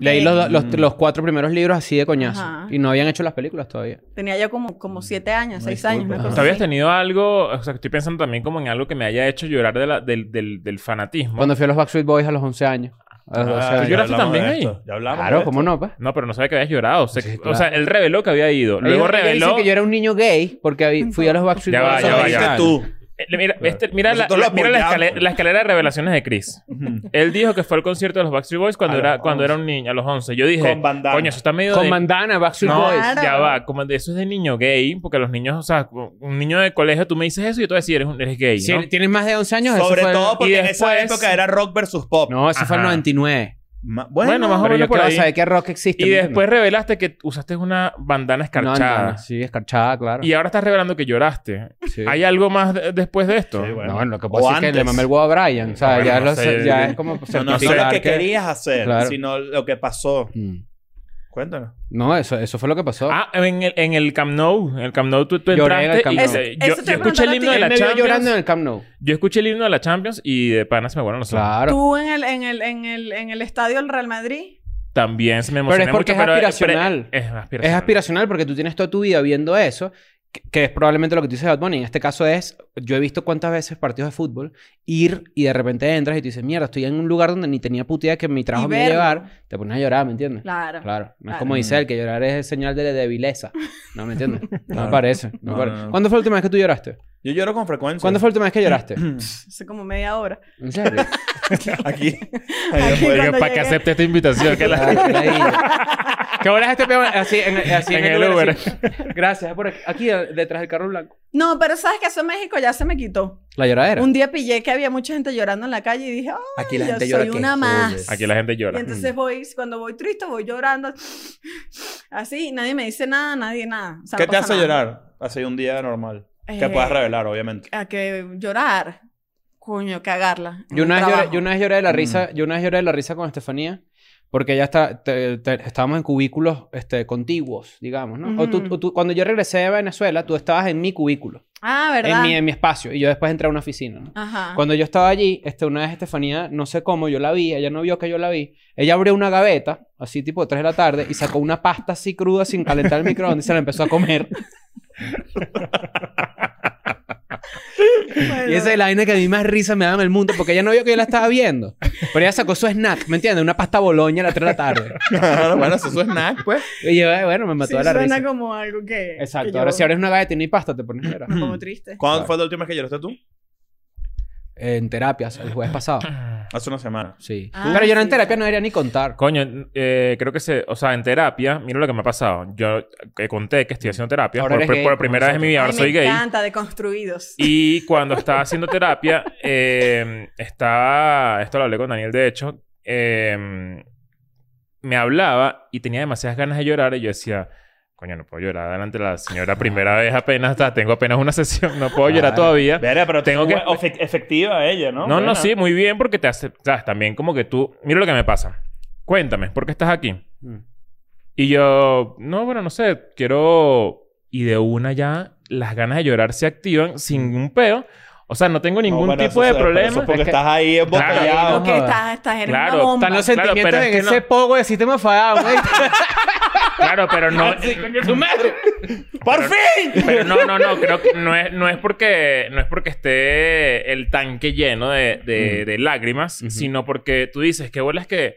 C: Leí
A: Sí.
C: los, los,
D: Mm.
C: los cuatro primeros libros así de coñazo.
A: Ajá.
C: Y no habían hecho las películas todavía.
A: Tenía yo como, como siete años,
D: Una
A: seis
D: disculpa.
A: años. una
D: Ajá.
A: cosa
B: ¿Tú habías
A: así.
B: tenido algo? O sea, estoy pensando también como en algo que me haya hecho llorar de la- del, del, del fanatismo.
C: Cuando fui a los Backstreet Boys a los 11 años. A los
D: Ah,
C: 12
D: ya
C: años.
B: yo- lloraste
D: hablamos de
B: también
D: esto,
B: ahí?
D: Ya hablamos. de
C: Claro,
D: esto.
C: ¿cómo no, pues?
B: No, pero no sabía que habías llorado. O sea,
C: Sí,
B: que-
C: claro.
B: o sea, él reveló que había ido. Luego
C: Ellos- ellos
B: reveló...
C: Dicen que yo era un niño gay porque habí- fui a los Backstreet
B: Ya va,
C: Boys.
B: ya
D: Eso
B: va,
D: lo
B: ya
D: dijiste
B: va.
D: tú.
B: Eh, Mira, este- mira, la,
D: Nosotros lo
B: mira la,
D: apoyamos.
B: escalera, la escalera de revelaciones de Chris.
D: Ujú.
B: Él dijo que fue al concierto de los Backstreet Boys cuando,
D: A
B: era,
D: los
B: cuando
D: 11.
B: era un niño, a los 11. Yo dije,
D: Con bandana.
B: coño, eso está medio
C: Con
B: de-
C: Bandana, Backstreet
B: No,
C: Boys.
A: Claro.
B: ya va. Como de, eso es de niño gay. Porque los niños, o sea, un niño de colegio, tú me dices eso y yo te voy a decir, eres, un- eres gay,
C: Si
B: ¿no?
C: eres- tienes más de 11 años, eso
D: Sobre
C: fue el-
D: todo porque
B: y
D: en esa
B: después-
D: época era rock versus pop.
C: No, eso fue el
B: Ajá.
C: 99.
D: Ma-
B: Bueno, más o
C: Pero
B: menos
C: yo
B: por
C: quiero
B: ahí.
C: saber qué rock existe.
B: Y
C: ¿me
B: después revelaste que usaste una bandana
C: entiendes?
B: escarchada.
C: No, no, no, sí, escarchada, claro.
B: Y ahora estás revelando que lloraste.
C: Sí.
B: ¿Hay algo más de- después de esto?
D: Sí, bueno.
C: No, lo que
D: O
C: pasa es que
D: antes.
C: le mamé el huevo a Brian. O sea,
B: Bueno,
C: ya,
B: no
C: lo-
B: sé.
C: ya es como
D: No, no, no
C: certificar
D: lo que querías hacer,
C: Claro.
D: sino lo que pasó.
C: Mm.
D: Cuéntanos.
C: No, eso, eso fue lo que pasó.
B: Ah, en el, en el Camp Nou. En el Camp Nou tú, tú
C: Lloré en el
B: entraste
C: Camp
B: y-
C: Nou.
B: eh,
A: Eso-
B: yo,
A: eso
B: yo
A: te iba a
B: escuché el himno
A: preguntar
B: de
A: a
B: la
C: me vio llorando en
B: Champions.
C: el Camp Nou.
B: Yo escuché el himno de la Champions y de pana se me fueron los ojos.
C: Claro.
A: Tú en el, en, el, en, el, en el estadio del Real Madrid.
B: También se me emocionó
C: Pero es porque
B: mucho,
C: es
B: pero-
C: aspiracional.
B: pero es aspiracional.
C: Es aspiracional porque tú tienes toda tu vida viendo eso, que, que es probablemente lo que tú dices de Bad Bunny. En este caso es, yo he visto cuántas veces partidos de fútbol ir y de repente entras y tú dices, mierda, estoy en un lugar donde ni tenía puta idea que mi trabajo
A: Y
C: me iba a
A: verlo.
C: llevar. Te pones a llorar, ¿me entiendes?
A: Claro.
C: Claro, no es
A: Claro.
C: como dice él, que llorar es señal de debileza. No me entiendes. No me
D: Claro.
C: parece. No me
D: No,
C: parece.
D: no, no.
C: ¿Cuándo fue la última vez que tú lloraste?
D: Yo lloro con frecuencia.
C: ¿Cuándo fue la última vez que lloraste?
A: Hace como media hora.
C: ¿En serio?
D: Aquí.
A: Aquí
B: Oiga,
A: cuando
B: para que
A: llegué.
B: acepte esta invitación. que la-
C: Ay, qué ladilla. ¿Qué hora es este peón? Así en, así
B: En el Uber.
C: así. Gracias. Por aquí, aquí, detrás del carro blanco.
A: No, pero sabes que eso en México ya se me quitó.
C: La lloradera.
A: Un día pillé que había mucha gente llorando en la calle y dije, ¡ay,
D: Aquí la
A: yo
D: gente llora
A: soy
D: que
A: una
D: jode.
A: más!
B: Aquí la gente
A: Y
B: llora.
A: entonces voy, cuando voy triste, voy llorando. Así, nadie me dice nada, nadie nada. O sea,
D: ¿Qué
A: no
D: te
A: pasa
D: hace
A: nada.
D: llorar? Hace un día normal. Que
A: Eh,
D: puedas revelar, obviamente.
A: A que llorar. Coño, cagarla. en
C: Yo una,
A: el
C: vez lloré,
A: trabajo.
C: yo una vez lloré de la risa, yo una vez lloré de la risa con Estefanía, porque ya está, te- te- estábamos en cubículos este, contiguos, digamos, ¿no? O tú-
A: Ujú.
C: o tú- cuando yo regresé de Venezuela, tú estabas en mi cubículo,
A: Ah,
C: en
A: ¿verdad?
C: mi, en mi espacio, y yo después entré a una oficina, ¿no?
A: Ajá.
C: Cuando yo estaba allí, este, una vez Estefanía, no sé cómo, yo la vi, ella no vio que yo la vi. Ella abrió una gaveta, así tipo 3 de la tarde, y sacó una pasta así cruda sin calentar el microondas y se la empezó a comer.
A: Bueno,
C: Y esa es la vaina que a mí más risa me daba en el mundo, porque ella no vio que yo la estaba viendo. Pero ella sacó su snack, ¿me entiendes? Una pasta boloña a las 3 de la tarde.
D: bueno, eso es snack, pues.
C: Y yo, eh, bueno, me mató
A: sí,
C: de la
A: suena
C: risa.
A: como algo que.
C: Exacto.
A: que yo-
C: Ahora, mm, si abres una gaveta y no hay pasta, te pones a llorar.
A: Como triste.
D: ¿Cuándo
C: Claro.
D: fue la última vez que lloraste tú?
C: En terapias, el jueves pasado.
D: Hace una semana.
C: Sí.
A: Ah,
C: Pero yo no en
A: sí.
C: terapia no debería ni contar.
B: Coño, eh, creo que se... O sea, en terapia, mira lo que me ha pasado. Yo eh, conté que estoy haciendo terapia
C: Ahora
B: por,
C: eres gay,
B: por primera
C: como
B: vez en mi vida. Ahora
A: Ay,
B: soy
A: me
B: gay.
A: encanta, deconstruidos.
B: Y cuando estaba haciendo terapia, eh, estaba. Esto lo hablé con Daniel, de hecho. eh, me hablaba y tenía demasiadas ganas de llorar. Y yo decía, coño, no puedo llorar delante de la señora. Primera vez apenas, ta- tengo apenas una sesión, no puedo llorar
C: Claro.
B: todavía.
D: Verga, pero
B: Tengo que-
D: fue efe- efectiva ella, ¿no?
B: No, no,
D: Buena.
B: sí, muy bien, porque te hace. sabes, También como que tú. Mira lo que me pasa. Cuéntame, ¿por qué estás aquí?
C: Mm.
B: Y yo, no, bueno, no sé, quiero... Y de una ya las ganas de llorar se activan sin un peo. O sea, no tengo
D: Mm. No,
B: ningún
D: bueno,
B: tipo
D: eso
B: de
D: se- pero eso
B: problema.
D: es porque
C: Es que-
D: estás ahí embotellado.
A: Como que
C: joda.
A: estás, estás eres
B: Claro,
A: una bomba.
C: Están los
B: Claro,
C: sentimientos
B: pero es
C: en
B: que
C: ese
B: no-
C: pogo de sistema fagado, güey.
B: Claro, pero no...
D: ¡Por fin!
B: pero no, no, no. Creo que no es, no es porque... No es porque esté el tanque lleno de, de- de lágrimas.
C: Ujú.
B: Sino porque tú dices, qué bolas que...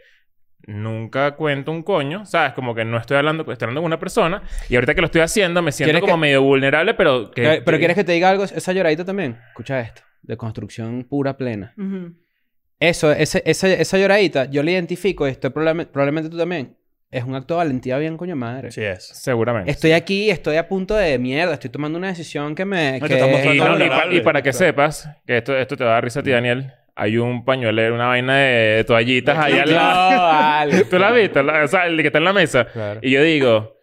B: Nunca cuento un coño, ¿sabes? Como que no estoy hablando, estoy hablando con una persona y ahorita que lo estoy haciendo me siento
C: ¿Quieres
B: como
C: que-
B: medio vulnerable, pero que.
C: Pero quieres que te diga algo, esa lloradita también. Escucha esto, de construcción pura plena.
A: Ujú.
C: Eso, ese, esa, esa lloradita, yo la identifico, y estoy probable- probablemente tú también. es un acto de valentía bien coño madre.
D: Sí es.
B: Seguramente.
C: Estoy aquí, estoy a punto de mierda, estoy tomando una decisión que me...
D: No, te
C: que-
D: estás
B: Y,
D: mostrando
B: no,
D: Totalmente
B: y pa- y
D: vulnerable.
B: para que sepas, que esto, esto te va a dar risa
C: Mm.
B: a ti, Daniel, hay un pañuelo, una vaina de, de toallitas ahí al lado.
C: No, vale.
B: ¿Tú la has visto? La- o sea, el que está en la mesa.
C: Claro.
B: Y yo digo,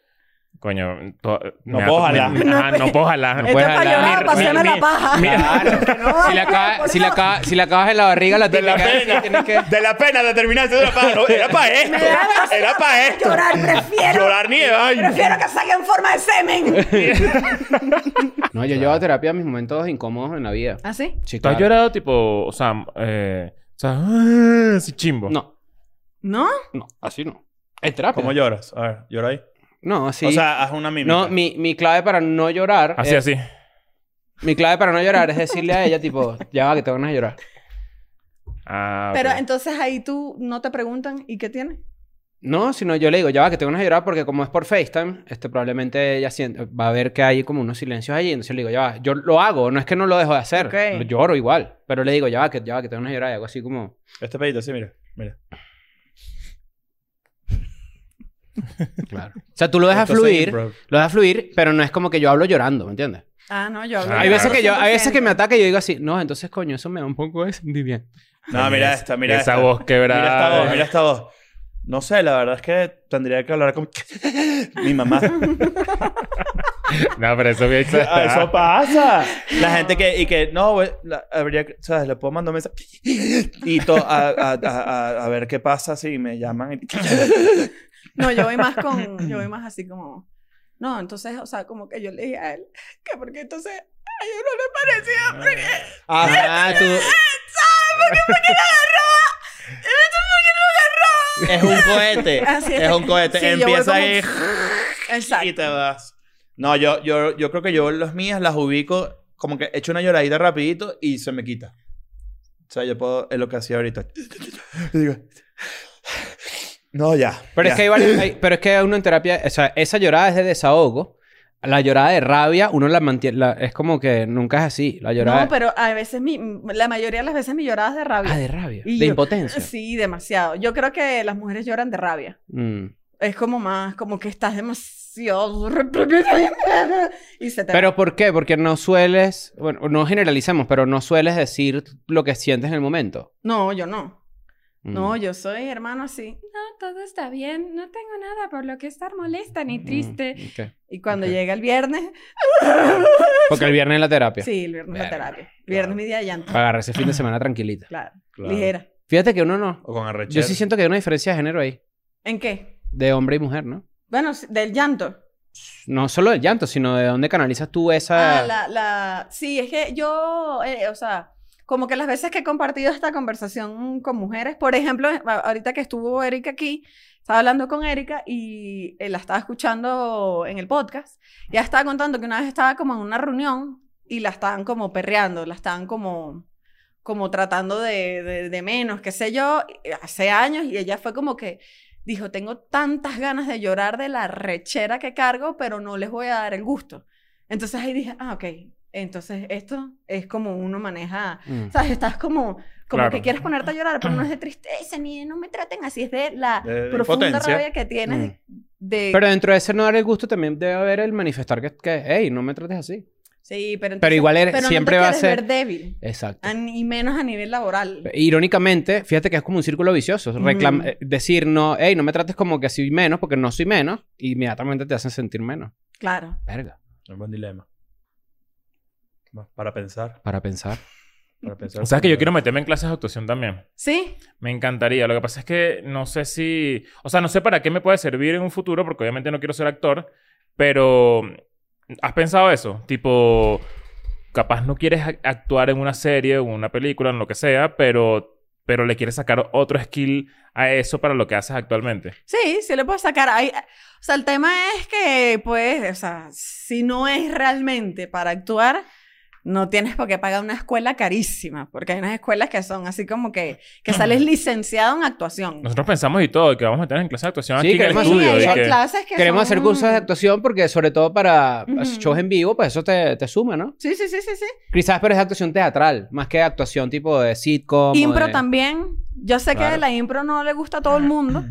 B: coño, to-
D: No
B: me
D: puedo
B: da-
D: jalar.
B: me- ajá, no puedo jalar.
C: No
A: Este
C: puedes
A: para
C: hablar.
A: llorar,
B: Mi-
A: pasión a
B: mi-
A: la paja.
C: Claro.
A: No,
C: Si la,
A: no,
C: acaba-
A: por
C: si, la
A: Dios.
C: acaba- si la acabas en la barriga, la
E: De la
C: tienes que-
E: pena.
C: tienes que...
E: De la pena de terminarse de la paja. No, era para esto.
A: Me da la-
E: Era para esto.
A: Llorar, prefiero.
E: Llorar ni de baño.
A: Prefiero que salga en forma de semen.
C: No, yo llevo a terapia mis momentos incómodos en la vida.
A: ¿Ah, sí?
C: Sí,
B: ¿Tú has
C: claro.
B: llorado tipo, o sea, eh, o sea, "Ah", así chimbo?
C: No,
A: ¿No?
C: no, así no. En terapia.
D: ¿Cómo lloras? A ver, llora ahí.
C: No, así.
D: O sea, haz una mímica.
C: no, mi, mi clave para no llorar.
B: Así,
C: eh,
B: así.
C: Mi clave para no llorar es decirle a ella, tipo, ya va, que te van a llorar.
B: Ah,
A: Pero
B: ok.
A: entonces ahí tú no te preguntan, ¿y qué tiene?
C: No, sino yo le digo, ya va, que te van a llorar porque como es por FaceTime, este, probablemente ella siente- va a ver que hay como unos silencios allí. Entonces le digo, ya va, yo lo hago, no es que no lo dejo de hacer.
A: Ok.
C: Lo lloro igual. Pero le digo, ya va, que, ya va, que te van a llorar. Y hago así como...
D: Este pedito, sí, mira. Mira.
C: Claro. O sea, tú lo dejas
D: Esto es
C: fluir,
D: improv.
C: lo dejas fluir, pero no es como que yo hablo llorando, ¿me entiendes?
A: Ah, no, yo hablo.
B: Ah,
C: hay veces que yo, hay
A: 100%.
C: veces que me ataca y yo digo así, no, entonces coño, eso me da un poco de sentir bien.
D: No, mira esta, mira
B: Esa
D: esta.
B: voz quebrada.
D: Mira esta voz, mira esta voz. No sé, la verdad es que tendría que hablar con mi mamá.
B: No, pero eso es bien
D: Ah,
B: exagerado.
D: Eso pasa. La gente que, y que, no, güey, la- habría que, ¿sabes? Le puedo mandar un mensaje y to- a, a, a, a- a ver qué pasa si me llaman. y-
A: No, yo voy más con, yo voy más así como, no, entonces, o sea, como que yo le dije a él que porque entonces a ellos no les
C: Ah.
A: parecía, porque,
C: Ajá, Ah, tú...
A: ¿sabes? Porque porque lo agarraba, entonces porque lo agarraba.
D: Es un cohete.
A: Así es.
D: es. un cohete.
A: Sí, yo voy
D: Empieza
A: como-
D: ahí y
A: Exacto.
D: te vas. No, yo, yo, yo creo que yo las mías las ubico como que echo una lloradita rapidito y se me quita. O sea, yo puedo, es lo que hacía ahorita. Y digo, no, ya.
C: Pero es
D: ya.
C: que hay varios- hay- pero es que uno en terapia, o sea, esa llorada es de desahogo, la llorada de rabia, uno la mantiene, la- es como que nunca es así, la llorada.
A: No, pero a veces mi, la mayoría de las veces mi llorada es de rabia.
C: Ah, de rabia,
A: Y
C: de
A: yo-
C: impotencia.
A: Sí, demasiado. Yo creo que las mujeres lloran de rabia.
C: Mm.
A: Es como más, como que estás demasiado y se te
C: Pero ¿por qué? Porque no sueles, bueno, no generalicemos, pero no sueles decir lo que sientes en el momento.
A: No, yo no.
C: Mm.
A: No, yo soy hermano así.
F: No, todo está bien. No tengo nada por lo que estar molesta ni
C: Mm,
F: triste.
C: ok.
A: Y cuando
C: Ok.
A: llega el viernes,
C: Porque el viernes es la terapia.
A: sí, el viernes la
C: Verga,
A: terapia. Viernes mi día de llanto.
C: Para agarrar ese fin de semana tranquilita.
A: Claro,
D: Claro.
A: ligera.
C: Fíjate que uno no.
D: O con arrechera.
C: Yo sí siento que hay una diferencia de género ahí.
A: ¿En qué?
C: De hombre y mujer, ¿no?
A: Bueno, sí, del llanto.
C: No solo del llanto, sino de dónde canalizas tú esa...
A: Ah, la, la... Sí, es que yo, eh, o sea, como que las veces que he compartido esta conversación con mujeres, por ejemplo, eh, a- ahorita que estuvo Erika aquí, estaba hablando con Erika y eh, la estaba escuchando en el podcast, ya estaba contando que una vez estaba como en una reunión y la estaban como perreando, la estaban como como tratando de, de, de menos, qué sé yo, eh, hace años, y ella fue como que dijo, tengo tantas ganas de llorar de la rechera que cargo, pero no les voy a dar el gusto. Entonces ahí dije, ah, ok, entonces esto es como uno maneja,
C: Mm.
A: ¿sabes? Estás como, como
B: Claro.
A: que quieres ponerte a llorar, pero no es de tristeza, ni de no me traten así, es de la
D: De- de
A: profunda
D: impotencia.
A: rabia que tienes de...
C: Mm. Pero dentro de ese no dar el gusto también debe haber el manifestar que, que hey, no me trates así.
A: sí, pero, entonces-
C: Pero igual eres-
A: pero no te
C: siempre va a
A: quieres
C: ser...
A: ver débil,
C: Exacto.
A: a- y menos a nivel laboral.
C: Irónicamente, fíjate que es como un círculo vicioso. Reclam-
A: Mm.
C: eh, Decir, no, hey, no me trates como que soy menos porque no soy menos. Y inmediatamente te hacen sentir menos.
A: Claro.
C: Verga.
D: Es un buen dilema. Va, Para pensar.
C: Para pensar.
D: Para pensar.
B: O sea, es que yo quiero meterme en clases de actuación también.
A: ¿Sí?
B: Me encantaría. Lo que pasa es que no sé si... O sea, no sé para qué me puede servir en un futuro, porque obviamente no quiero ser actor, pero... ¿Has pensado eso? Tipo, capaz no quieres ac- actuar en una serie, en una película, en lo que sea, pero, pero le quieres sacar otro skill a eso para lo que haces actualmente.
A: Sí, sí le puedes sacar. Hay- o sea, el tema es que, pues, o sea, si no es realmente para actuar, no tienes por qué pagar una escuela carísima, porque hay unas escuelas que son así como que, que sales licenciado en actuación.
B: Nosotros pensamos y todo, que vamos a meter en clases de actuación
C: Sí,
B: aquí en el
C: queremos-
A: Sí,
B: estudio.
A: hay
B: y
C: de
A: hay
B: que-
A: clases que
C: Queremos
A: son-
C: hacer cursos de actuación porque, sobre todo para
A: Ujú.
C: shows en vivo, pues eso te, te suma, ¿no?
A: Sí, sí, sí, sí, sí.
C: Quizás, pero es actuación teatral, más que actuación tipo de sitcom. o
A: Impro
C: de-
A: también. Yo sé que
C: Claro.
A: la impro no le gusta a todo el mundo,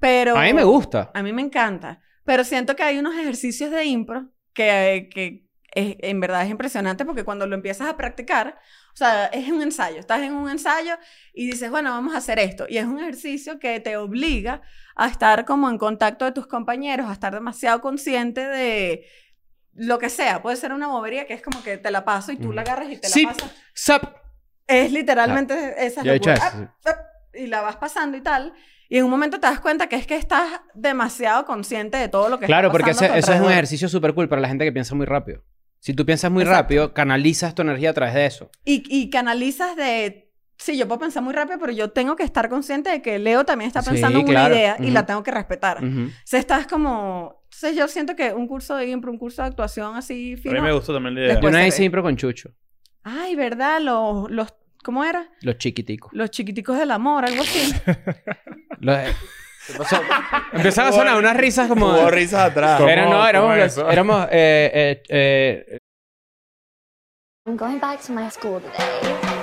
A: Pero... Ah.
C: A mí me gusta.
A: A mí me encanta. Pero siento que hay unos ejercicios de impro que, eh, que es- en verdad es impresionante porque cuando lo empiezas a practicar, o sea, es un ensayo. Estás en un ensayo y dices, bueno, vamos a hacer esto. Y es un ejercicio que te obliga a estar como en contacto de tus compañeros, a estar demasiado consciente de lo que sea. Puede ser una movería que es como que te la paso y tú la agarras y te
C: Sí.
A: la pasas.
C: Zap.
A: Es literalmente esa
C: Ya he hecho
A: locura.
C: eso,
A: Ah, ah, Y la vas pasando y tal. Y en un momento te das cuenta que es que estás demasiado consciente de todo lo que
C: Claro,
A: está
C: porque ese,
A: pasando a tu
C: eso es un
A: alrededor.
C: ejercicio súper cool para la gente que piensa muy rápido. Si tú piensas muy
A: Exacto.
C: rápido, canalizas tu energía a través de eso.
A: Y, y canalizas de... Sí, yo puedo pensar muy rápido, pero yo tengo que estar consciente de que Leo también está
C: Sí,
A: pensando en
C: claro.
A: una idea y
C: Ujú.
A: la tengo que respetar.
C: Ujú.
A: O sea, estás como... Entonces yo siento que un curso de impro, un curso de actuación así
D: A mí me
A: fino...
D: gustó también la idea.
A: Después-
C: Yo una
A: Pues se
C: vez hice
A: ve.
C: impro con Chucho.
A: Ay, ¿verdad? Los, los... ¿Cómo era?
C: Los chiquiticos.
A: Los chiquiticos del amor, algo así.
C: Los- Empezaron a sonar unas risas como...
E: Hubo risas atrás.
B: ¿Cómo-
C: Era- no,
B: cómo
C: éramos...
B: es eso?
C: los- éramos eh, eh, eh,
G: I'm going back to my school today.